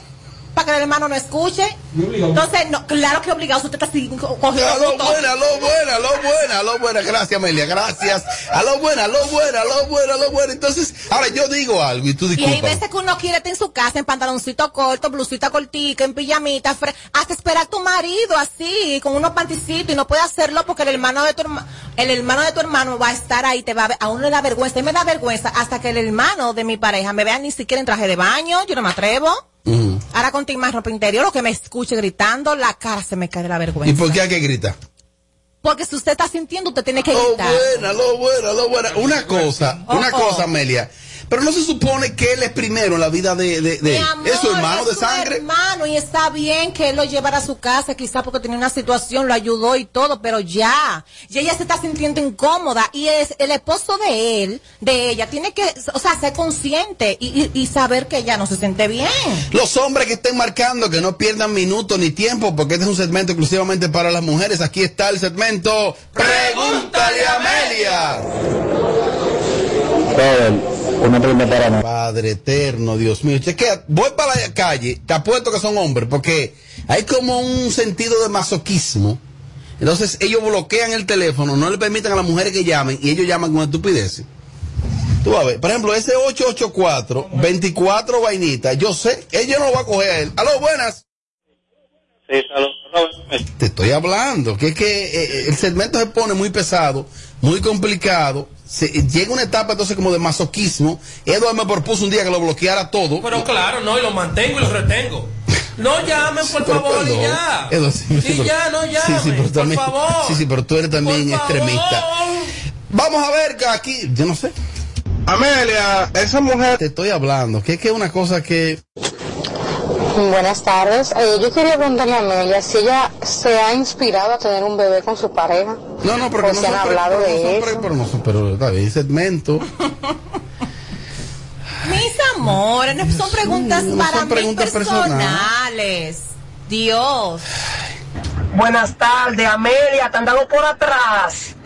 [SPEAKER 4] para que el hermano no escuche.
[SPEAKER 1] obligado.
[SPEAKER 4] Entonces, no, claro que obligado. Usted está así co- cogiendo
[SPEAKER 1] A lo
[SPEAKER 4] gusto.
[SPEAKER 1] buena, a lo buena, a lo buena, a lo buena. Gracias, Amelia, gracias. A lo buena, a lo buena, a lo buena, a lo buena. Entonces, ahora yo digo algo y tú
[SPEAKER 4] Y hay
[SPEAKER 1] disculpas.
[SPEAKER 4] veces que uno quiere estar en su casa en pantaloncito corto, blusita cortica, en pijamita, fre- hasta esperar a tu marido así, con unos panticitos y no puede hacerlo porque el hermano de tu herma- el hermano de tu hermano va a estar ahí, te va a, ver- a uno le da vergüenza, y me da vergüenza hasta que el hermano de mi pareja me vea ni siquiera en traje de baño, yo no me atrevo. Ahora con más ropa interior, lo que me escuche gritando, la cara se me cae de la
[SPEAKER 1] ¿Y
[SPEAKER 4] vergüenza.
[SPEAKER 1] por qué hay que gritar?
[SPEAKER 4] Porque si usted está sintiendo, usted tiene que
[SPEAKER 1] Lo
[SPEAKER 4] gritar.
[SPEAKER 1] buena, lo buena, lo buena. Una cosa,
[SPEAKER 4] Oh,
[SPEAKER 1] una
[SPEAKER 4] oh.
[SPEAKER 1] cosa, Amelia. Pero no se supone que él es primero en la vida de, de, de
[SPEAKER 4] Mi
[SPEAKER 1] él.
[SPEAKER 4] amor,
[SPEAKER 1] es su hermano de
[SPEAKER 4] su
[SPEAKER 1] sangre.
[SPEAKER 4] hermano y está bien que él lo llevara a su casa, quizá porque tenía una situación, lo ayudó y todo, pero ya, ya ella se está sintiendo incómoda y es el esposo de él, de ella, tiene que, o sea, ser consciente y, y- y saber que ella no se siente bien.
[SPEAKER 1] Los hombres que estén marcando, que no pierdan minutos ni tiempo, porque este es un segmento exclusivamente para las mujeres. Aquí está el segmento Pregúntale a Amelia. Padre eterno, Dios mío. Chequea, voy para la calle, te apuesto que son hombres, porque hay como un sentido de masoquismo. Entonces ellos bloquean el teléfono, no le permiten a las mujeres que llamen, y ellos llaman con estupideces. Tú vas a ver, por ejemplo, ese 884, 24 vainitas, yo sé, ella no lo va a coger a él. Aló, buenas.
[SPEAKER 23] Sí, saludos.
[SPEAKER 1] Te estoy hablando, que es que eh, eh, el segmento se pone muy pesado, muy complicado. Se, eh, llega una etapa entonces como de masoquismo. Edward me propuso un día que lo bloqueara todo.
[SPEAKER 5] Pero claro, no, y lo mantengo y lo retengo. No llamen, por
[SPEAKER 1] Pero
[SPEAKER 5] favor, y
[SPEAKER 1] perdón,
[SPEAKER 5] ya.
[SPEAKER 1] Edo, sí,
[SPEAKER 5] Y
[SPEAKER 1] pero-
[SPEAKER 5] ya, no
[SPEAKER 1] sí, sí,
[SPEAKER 5] llamen,
[SPEAKER 1] pero
[SPEAKER 5] por
[SPEAKER 1] también-
[SPEAKER 5] favor.
[SPEAKER 1] Sí, sí, pero tú eres también extremista. Vamos a ver que aquí, yo no sé. Amelia, esa mujer... Te estoy hablando, que es que es una cosa que...
[SPEAKER 20] Buenas tardes. Eh, yo quería preguntarle a Amelia si ella se ha inspirado a tener un bebé con su pareja.
[SPEAKER 1] No, no, porque
[SPEAKER 20] O
[SPEAKER 1] no
[SPEAKER 20] si han
[SPEAKER 1] son pre-
[SPEAKER 20] hablado
[SPEAKER 1] pero no
[SPEAKER 20] de
[SPEAKER 1] son
[SPEAKER 20] eso.
[SPEAKER 1] pre- pero no son- pero está bien, segmento.
[SPEAKER 4] Mis amores, no son preguntas
[SPEAKER 1] mío, no
[SPEAKER 4] para
[SPEAKER 1] son
[SPEAKER 4] mí
[SPEAKER 1] preguntas
[SPEAKER 4] personales. Dios.
[SPEAKER 24] Buenas tardes, Amelia, te han dado por atrás.
[SPEAKER 1] [LAUGHS]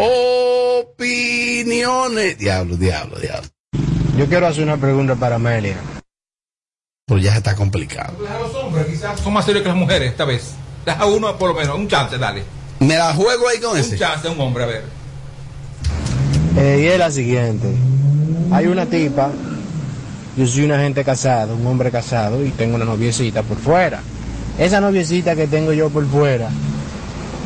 [SPEAKER 1] Opiniones. Diablo, diablo, diablo.
[SPEAKER 3] Yo quiero hacer una pregunta para Amelia.
[SPEAKER 1] Pero ya está complicado.
[SPEAKER 2] Los hombres quizás son más serios que las mujeres esta vez. Deja uno por lo menos, un chance, dale.
[SPEAKER 1] Me la juego ahí con ese.
[SPEAKER 2] Un chance, un hombre, a ver.
[SPEAKER 3] Eh, y es la siguiente. Hay una tipa, yo soy una gente casada, un hombre casado, y tengo una noviecita por fuera. Esa noviecita que tengo yo por fuera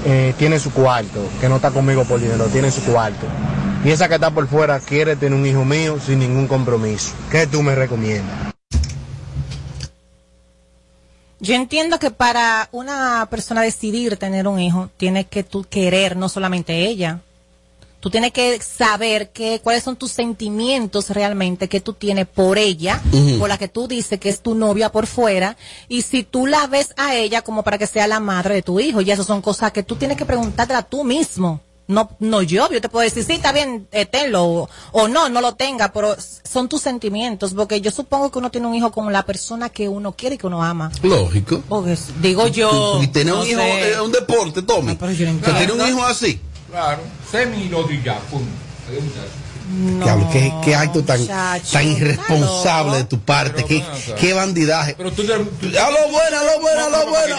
[SPEAKER 3] eh, tiene su cuarto, que no está conmigo por dinero, tiene su cuarto. Y esa que está por fuera quiere tener un hijo mío sin ningún compromiso. ¿Qué tú me recomiendas?
[SPEAKER 4] Yo entiendo que para una persona decidir tener un hijo, tiene que tú querer, no solamente ella. Tú tienes que saber que, cuáles son tus sentimientos realmente que tú tienes por ella,
[SPEAKER 17] Ujú.
[SPEAKER 4] por la que tú dices que es tu novia por fuera, y si tú la ves a ella como para que sea la madre de tu hijo. Y eso son cosas que tú tienes que preguntártela tú mismo. No, no yo, yo te puedo decir, sí, está bien, eh, tenlo, o, o no, no lo tenga, pero s- son tus sentimientos, porque yo supongo que uno tiene un hijo con la persona que uno quiere y que uno ama.
[SPEAKER 1] Lógico.
[SPEAKER 4] digo yo,
[SPEAKER 1] Y tener
[SPEAKER 4] no
[SPEAKER 1] un hijo eh,
[SPEAKER 4] sé.
[SPEAKER 1] es un deporte, Tommy. que tiene un hijo así.
[SPEAKER 2] Claro. Semi lo y ya, pum. Adiós, muchacho.
[SPEAKER 1] Diablo, qué, qué acto tan,
[SPEAKER 2] muchacho,
[SPEAKER 1] tan irresponsable de tu parte. Qué, qué bandidaje.
[SPEAKER 2] Pero tú, tú-
[SPEAKER 1] A lo bueno, a lo bueno, a
[SPEAKER 2] No,
[SPEAKER 1] lo
[SPEAKER 2] no,
[SPEAKER 1] bueno.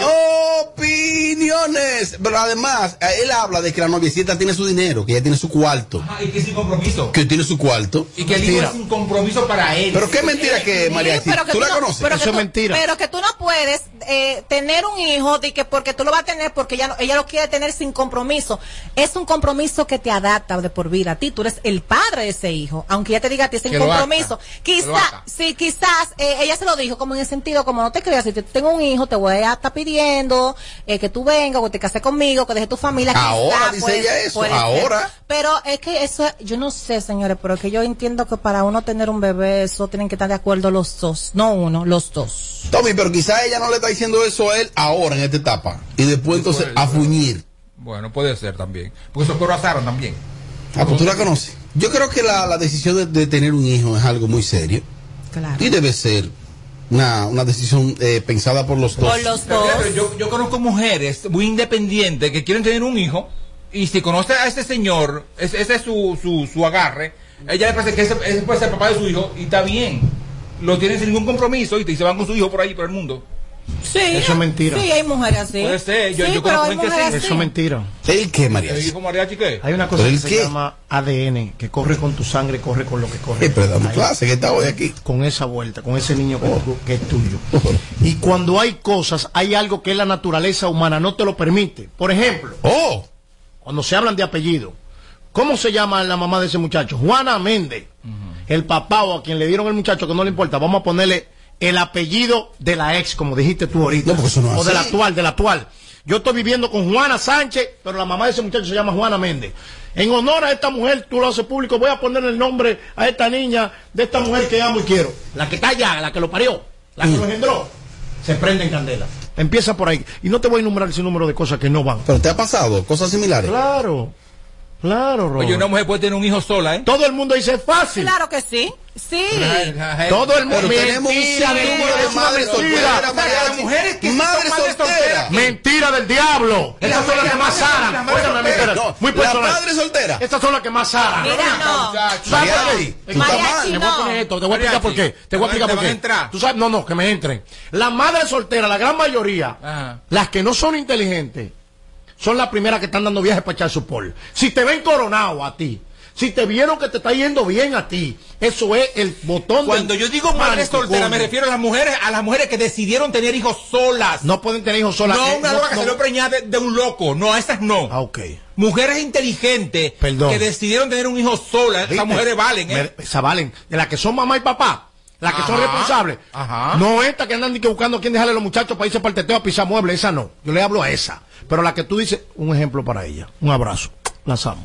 [SPEAKER 2] porque yo-
[SPEAKER 1] Opiniones. Pero además, eh, él habla de que la noviecita tiene su dinero, que ella tiene su cuarto.
[SPEAKER 2] Ah, y que sin compromiso.
[SPEAKER 1] Que tiene su cuarto.
[SPEAKER 2] Y que el hijo
[SPEAKER 1] Mentira.
[SPEAKER 2] es un compromiso para él.
[SPEAKER 1] Pero qué mentira que
[SPEAKER 4] Sí,
[SPEAKER 1] María
[SPEAKER 4] pero que
[SPEAKER 1] ¿Tú la
[SPEAKER 4] no-
[SPEAKER 1] conoces?
[SPEAKER 4] pero que tú- Pero que tú no puedes eh, tener un hijo de que porque tú lo vas a tener porque ella, no- ella lo quiere tener sin compromiso. Es un compromiso que te adapta de por vida a ti. Tú eres el padre de ese hijo, aunque ella te diga a ti sin
[SPEAKER 17] Que lo
[SPEAKER 4] compromiso.
[SPEAKER 17] acta, que lo
[SPEAKER 4] Quizá,
[SPEAKER 17] acta.
[SPEAKER 4] sí, quizás eh, ella se lo dijo como en el sentido como no te creas, si te tengo un hijo te voy a estar pidiendo eh, que tú vengas, que te cases conmigo, que dejes tu familia. Quizá
[SPEAKER 1] Ahora dice
[SPEAKER 4] puede-
[SPEAKER 1] ella eso,
[SPEAKER 4] puede ser.
[SPEAKER 1] ahora.
[SPEAKER 4] Pero es que eso, yo no sé, señores, pero que yo entiendo que para uno tener un bebé, eso tienen que estar de acuerdo los dos, no uno, los dos.
[SPEAKER 1] Tommy, pero quizás ella no le está diciendo eso a él ahora, en esta etapa. Y después entonces a fuñir.
[SPEAKER 2] Bueno, puede ser también. Porque eso azaron también.
[SPEAKER 1] Ah, pues tú la conoces. Yo creo que la, la decisión de, de tener un hijo es algo muy serio.
[SPEAKER 4] Claro.
[SPEAKER 1] Y debe ser una, una decisión eh, pensada por los dos.
[SPEAKER 2] Pero, pero Yo, yo conozco mujeres muy independientes que quieren tener un hijo y si conoce a este señor, es- ese es su, su, su agarre, ella le parece que ese, ese puede ser el papá de su hijo y está bien. Lo tienen sin ningún compromiso y, te- y se van con su hijo por ahí, por el mundo.
[SPEAKER 4] Sí.
[SPEAKER 3] Eso es mentira.
[SPEAKER 4] Sí, hay mujeres así.
[SPEAKER 2] Puede ser, yo-
[SPEAKER 4] Sí,
[SPEAKER 2] yo
[SPEAKER 4] pero
[SPEAKER 2] conozco
[SPEAKER 4] hay
[SPEAKER 2] gente
[SPEAKER 4] mujeres así.
[SPEAKER 3] Eso es mentira.
[SPEAKER 1] ¿El qué, María?
[SPEAKER 2] ¿El hijo mariachi qué?
[SPEAKER 3] Hay una cosa
[SPEAKER 1] ¿Pero
[SPEAKER 3] que
[SPEAKER 1] el
[SPEAKER 3] se
[SPEAKER 1] qué?
[SPEAKER 3] llama ADN, que corre con tu sangre, corre con lo que corre.
[SPEAKER 1] Eh, pero dame
[SPEAKER 3] Ahí.
[SPEAKER 1] clase, que está hoy aquí. Oh.
[SPEAKER 3] Con esa vuelta, con ese niño que, tú- que es
[SPEAKER 1] [LAUGHS]
[SPEAKER 3] tuyo. Y cuando hay cosas, hay algo que la naturaleza humana no te lo permite. Por ejemplo,
[SPEAKER 1] Oh.
[SPEAKER 3] cuando se hablan de apellido, ¿cómo se llama la mamá de ese muchacho? Juana Méndez. El papá o a quien le dieron el muchacho que no le importa, vamos a ponerle el apellido de la ex, como dijiste tú ahorita.
[SPEAKER 1] no es
[SPEAKER 3] o del
[SPEAKER 1] así.
[SPEAKER 3] actual, del actual. Yo estoy viviendo con Juana Sánchez, pero la mamá de ese muchacho se llama Juana Méndez. En honor a esta mujer, tú lo haces público, voy a poner el nombre a esta niña de esta mujer que amo y quiero. La que está allá, la que lo parió, la que
[SPEAKER 1] Mm.
[SPEAKER 3] lo engendró. Se prende en candela. Empieza por ahí. Y no te voy a enumerar ese número de cosas que no van.
[SPEAKER 1] Pero te ha pasado cosas similares.
[SPEAKER 3] Claro. Claro, Robert.
[SPEAKER 2] Oye, una mujer puede tener un hijo sola, ¿eh?
[SPEAKER 3] Todo el mundo dice es fácil.
[SPEAKER 4] Claro que sí. Sí.
[SPEAKER 3] Todo el mundo.
[SPEAKER 2] Pero tenemos un
[SPEAKER 3] Mentira,
[SPEAKER 2] sinnúmero
[SPEAKER 3] mentira,
[SPEAKER 2] de madres
[SPEAKER 3] mentira.
[SPEAKER 2] solteras, Mariachi.
[SPEAKER 3] Las mujeres que
[SPEAKER 2] Madres
[SPEAKER 3] son madres
[SPEAKER 2] solteras.
[SPEAKER 3] solteras. Mentira del diablo.
[SPEAKER 2] Y las
[SPEAKER 3] Esas son las
[SPEAKER 2] madres-
[SPEAKER 3] que más
[SPEAKER 2] las madres-
[SPEAKER 3] saran.
[SPEAKER 2] las madres
[SPEAKER 3] Óigame,
[SPEAKER 2] solteras.
[SPEAKER 3] espera,
[SPEAKER 2] No,
[SPEAKER 3] muy
[SPEAKER 2] las
[SPEAKER 3] personal.
[SPEAKER 2] madres solteras.
[SPEAKER 3] Estas son las que más saran.
[SPEAKER 2] Mira, no.
[SPEAKER 3] ¿Sabes
[SPEAKER 2] Mariachi,
[SPEAKER 3] por qué?
[SPEAKER 2] tú
[SPEAKER 3] Te voy a
[SPEAKER 2] estás
[SPEAKER 3] explicar-
[SPEAKER 2] mal.
[SPEAKER 3] te voy a explicar esto, te voy a explicar por qué. Te voy a
[SPEAKER 2] Mariachi,
[SPEAKER 3] explicar
[SPEAKER 2] te
[SPEAKER 3] por
[SPEAKER 2] van a
[SPEAKER 3] qué.
[SPEAKER 2] entrar.
[SPEAKER 3] Tú sabes, no, no, que me entren. Las madres solteras, la gran mayoría,
[SPEAKER 2] Ajá.
[SPEAKER 3] las que no son inteligentes son las primeras que están dando viajes para echar su pol. Si te ven coronado a ti, si te vieron que te está yendo bien a ti, eso es el botón
[SPEAKER 2] Cuando yo digo madres solteras, me refiero a las mujeres, a las mujeres que decidieron tener hijos solas.
[SPEAKER 3] No pueden tener hijos solas.
[SPEAKER 2] No,
[SPEAKER 3] Eh,
[SPEAKER 2] una
[SPEAKER 3] no,
[SPEAKER 2] loca que
[SPEAKER 3] no.
[SPEAKER 2] salió preñada de, de un loco. No, esas no.
[SPEAKER 3] Ah, ok.
[SPEAKER 2] Mujeres inteligentes que decidieron tener un hijo sola. Esas mujeres valen, ¿eh?
[SPEAKER 3] Esas valen. De las que son mamá y papá. la que son
[SPEAKER 25] Ajá,
[SPEAKER 3] responsables. No esta que andan ni que buscando a quién dejarle a los muchachos para irse para el teteo a pisar muebles, esa no. Yo le hablo a esa. Pero la que tú dices, un ejemplo para ella. Un abrazo. Las amo.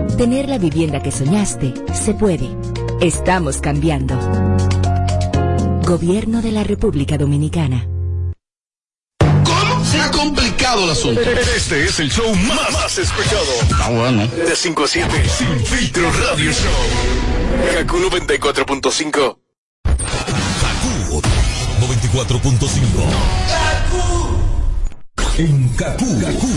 [SPEAKER 12] Tener la vivienda que soñaste se puede. Estamos cambiando. Gobierno de la República Dominicana.
[SPEAKER 7] ¿Cómo? Se ha complicado el asunto.
[SPEAKER 19] Este es el show
[SPEAKER 7] Más, más escuchado.
[SPEAKER 19] Ah, bueno.
[SPEAKER 7] De 5 a 7. Sin filtro radio show. Kaku 94.5.
[SPEAKER 19] 94.5. En Kaku, Kaku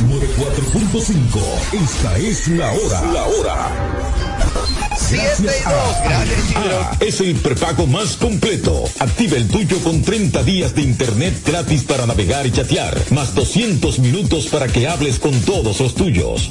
[SPEAKER 19] 4.5. Esta es la hora. La hora. Ah, Es el prepago más completo. Activa el tuyo con 30 días de internet gratis para navegar y chatear, más 200 minutos para que hables con todos los tuyos.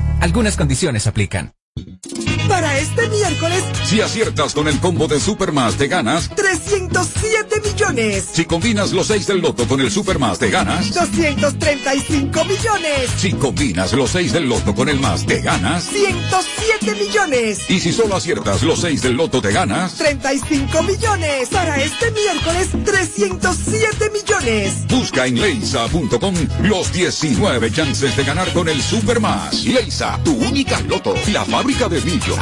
[SPEAKER 26] Algunas condiciones aplican.
[SPEAKER 27] Para este miércoles,
[SPEAKER 28] Si aciertas con el combo de Supermas te ganas,
[SPEAKER 27] 307 millones.
[SPEAKER 28] si combinas los 6 del loto con el Supermas te ganas,
[SPEAKER 27] 235 millones.
[SPEAKER 28] si combinas los 6 del loto con el más te ganas,
[SPEAKER 27] 107 millones.
[SPEAKER 28] y si solo aciertas los 6 del loto te ganas,
[SPEAKER 27] 35 millones. Para este miércoles, 307 millones.
[SPEAKER 28] busca en leisa.com los 19 chances de ganar con el Supermas. Leisa, tu única loto, la fábrica de millonarios.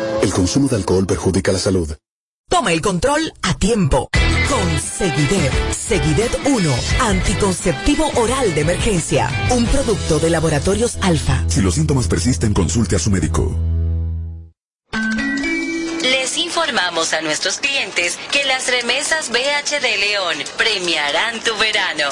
[SPEAKER 21] El consumo de alcohol perjudica la salud.
[SPEAKER 18] Toma el control a tiempo. Con Seguidet. Seguidet 1. Anticonceptivo oral de emergencia. Un producto de laboratorios alfa.
[SPEAKER 21] Si los síntomas persisten, consulte a su médico.
[SPEAKER 20] Les informamos a nuestros clientes que las remesas BH de León premiarán tu verano.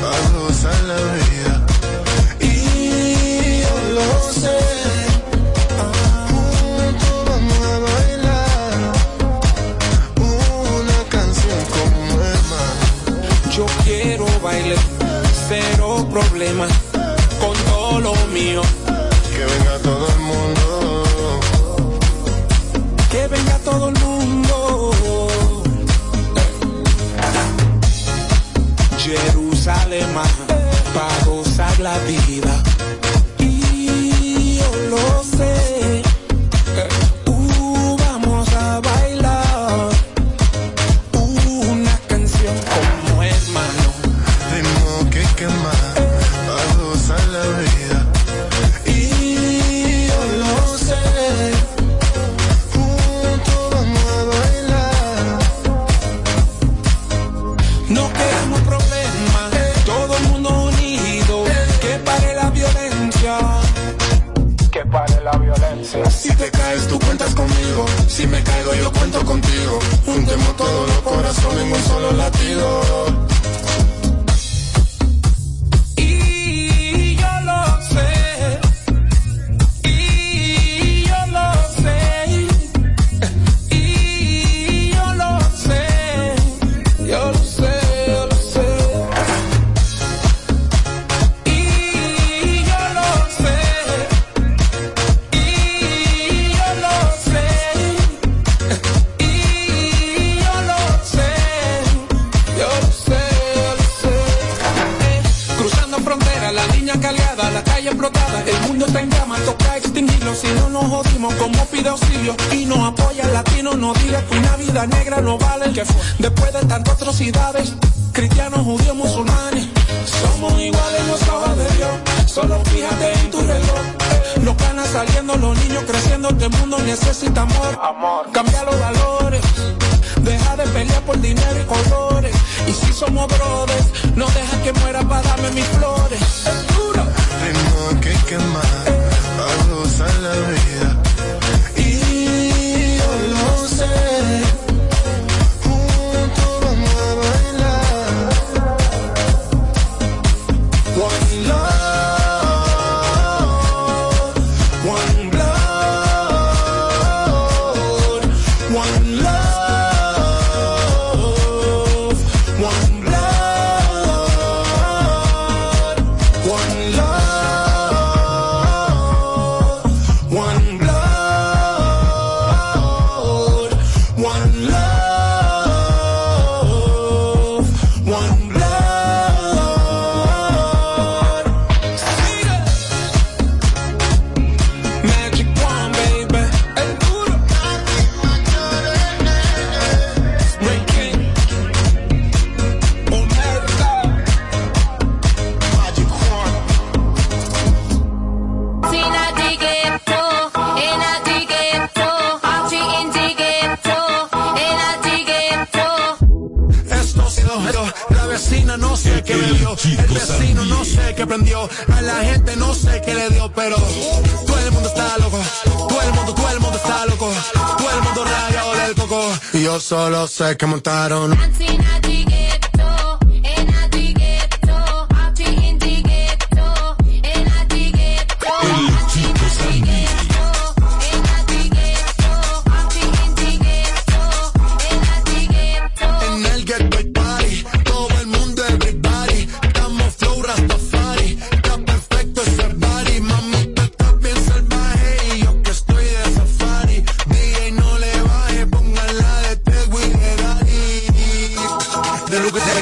[SPEAKER 7] para gozar la vida. Y yo lo sé. ah, juntos vamos a bailar una canción como hermano.
[SPEAKER 15] Yo quiero bailar, cero problema, con todo lo mío.
[SPEAKER 7] Que venga todo el mundo.
[SPEAKER 15] Que venga todo el mundo. Jerusalén para gozar la vida. Y yo lo sé. Uh, vamos a bailar una canción como hermano.
[SPEAKER 7] Tengo que quemar para gozar la vida.
[SPEAKER 15] Y yo lo sé.
[SPEAKER 7] Juntos vamos a bailar.
[SPEAKER 15] No queremos problemas, todo el mundo unido, que pare la violencia. Que pare la violencia. Si te caes, Pues tú cuentas conmigo. Si me caigo, yo cuento contigo. Juntemos todos los corazones en un solo latido. Y yo lo sé. Y yo lo sé. Y yo lo sé. Yo lo sé, yo lo sé. Y yo lo sé. Y yo lo sé. Y yo lo sé. Yo lo sé, yo lo sé. Eh, Cruzando fronteras, la niña caleada, la calle explotada, el mundo está en llamas, toca extinguirlo, si no nos jodimos, como pide auxilio, y nos apoya el latino, no diga que una vida negra no vale el que fue, después de tantas atrocidades, cristianos, judíos, musulmanes, somos iguales en los ojos de Dios, solo fíjate en tu reloj, eh. los canas saliendo, los niños creciendo, este mundo necesita amor, amor, cambia los valores, Deja de pelear por dinero y colores. Y si somos brothers, no deja que muera para darme mis flores. Es duro.
[SPEAKER 7] Tengo que quemar para gozar la vida.
[SPEAKER 15] Y yo lo sé.
[SPEAKER 7] Juntos vamos a bailar.
[SPEAKER 15] One love, one blood, one love, one blood, one love, one blood, one love, one blood. Magic one, baby. El duro. Breaking. Omerta. Magic one.
[SPEAKER 19] Esto se lo juro, la vecina no sé qué bebió, el vecino no sé qué prendió, a la gente no sé qué le dio, pero todo el mundo está loco, todo el mundo, todo el mundo está loco, todo el mundo rayado del coco.
[SPEAKER 7] Y yo solo sé que montaron.
[SPEAKER 19] Dancing
[SPEAKER 7] Yo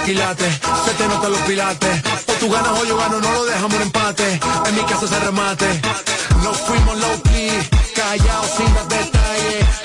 [SPEAKER 7] quilates, se te notan los pilates. O tú ganas o yo gano, no lo dejamos un empate. En mi casa se remate. Nos fuimos low key, callados sin dar detalles.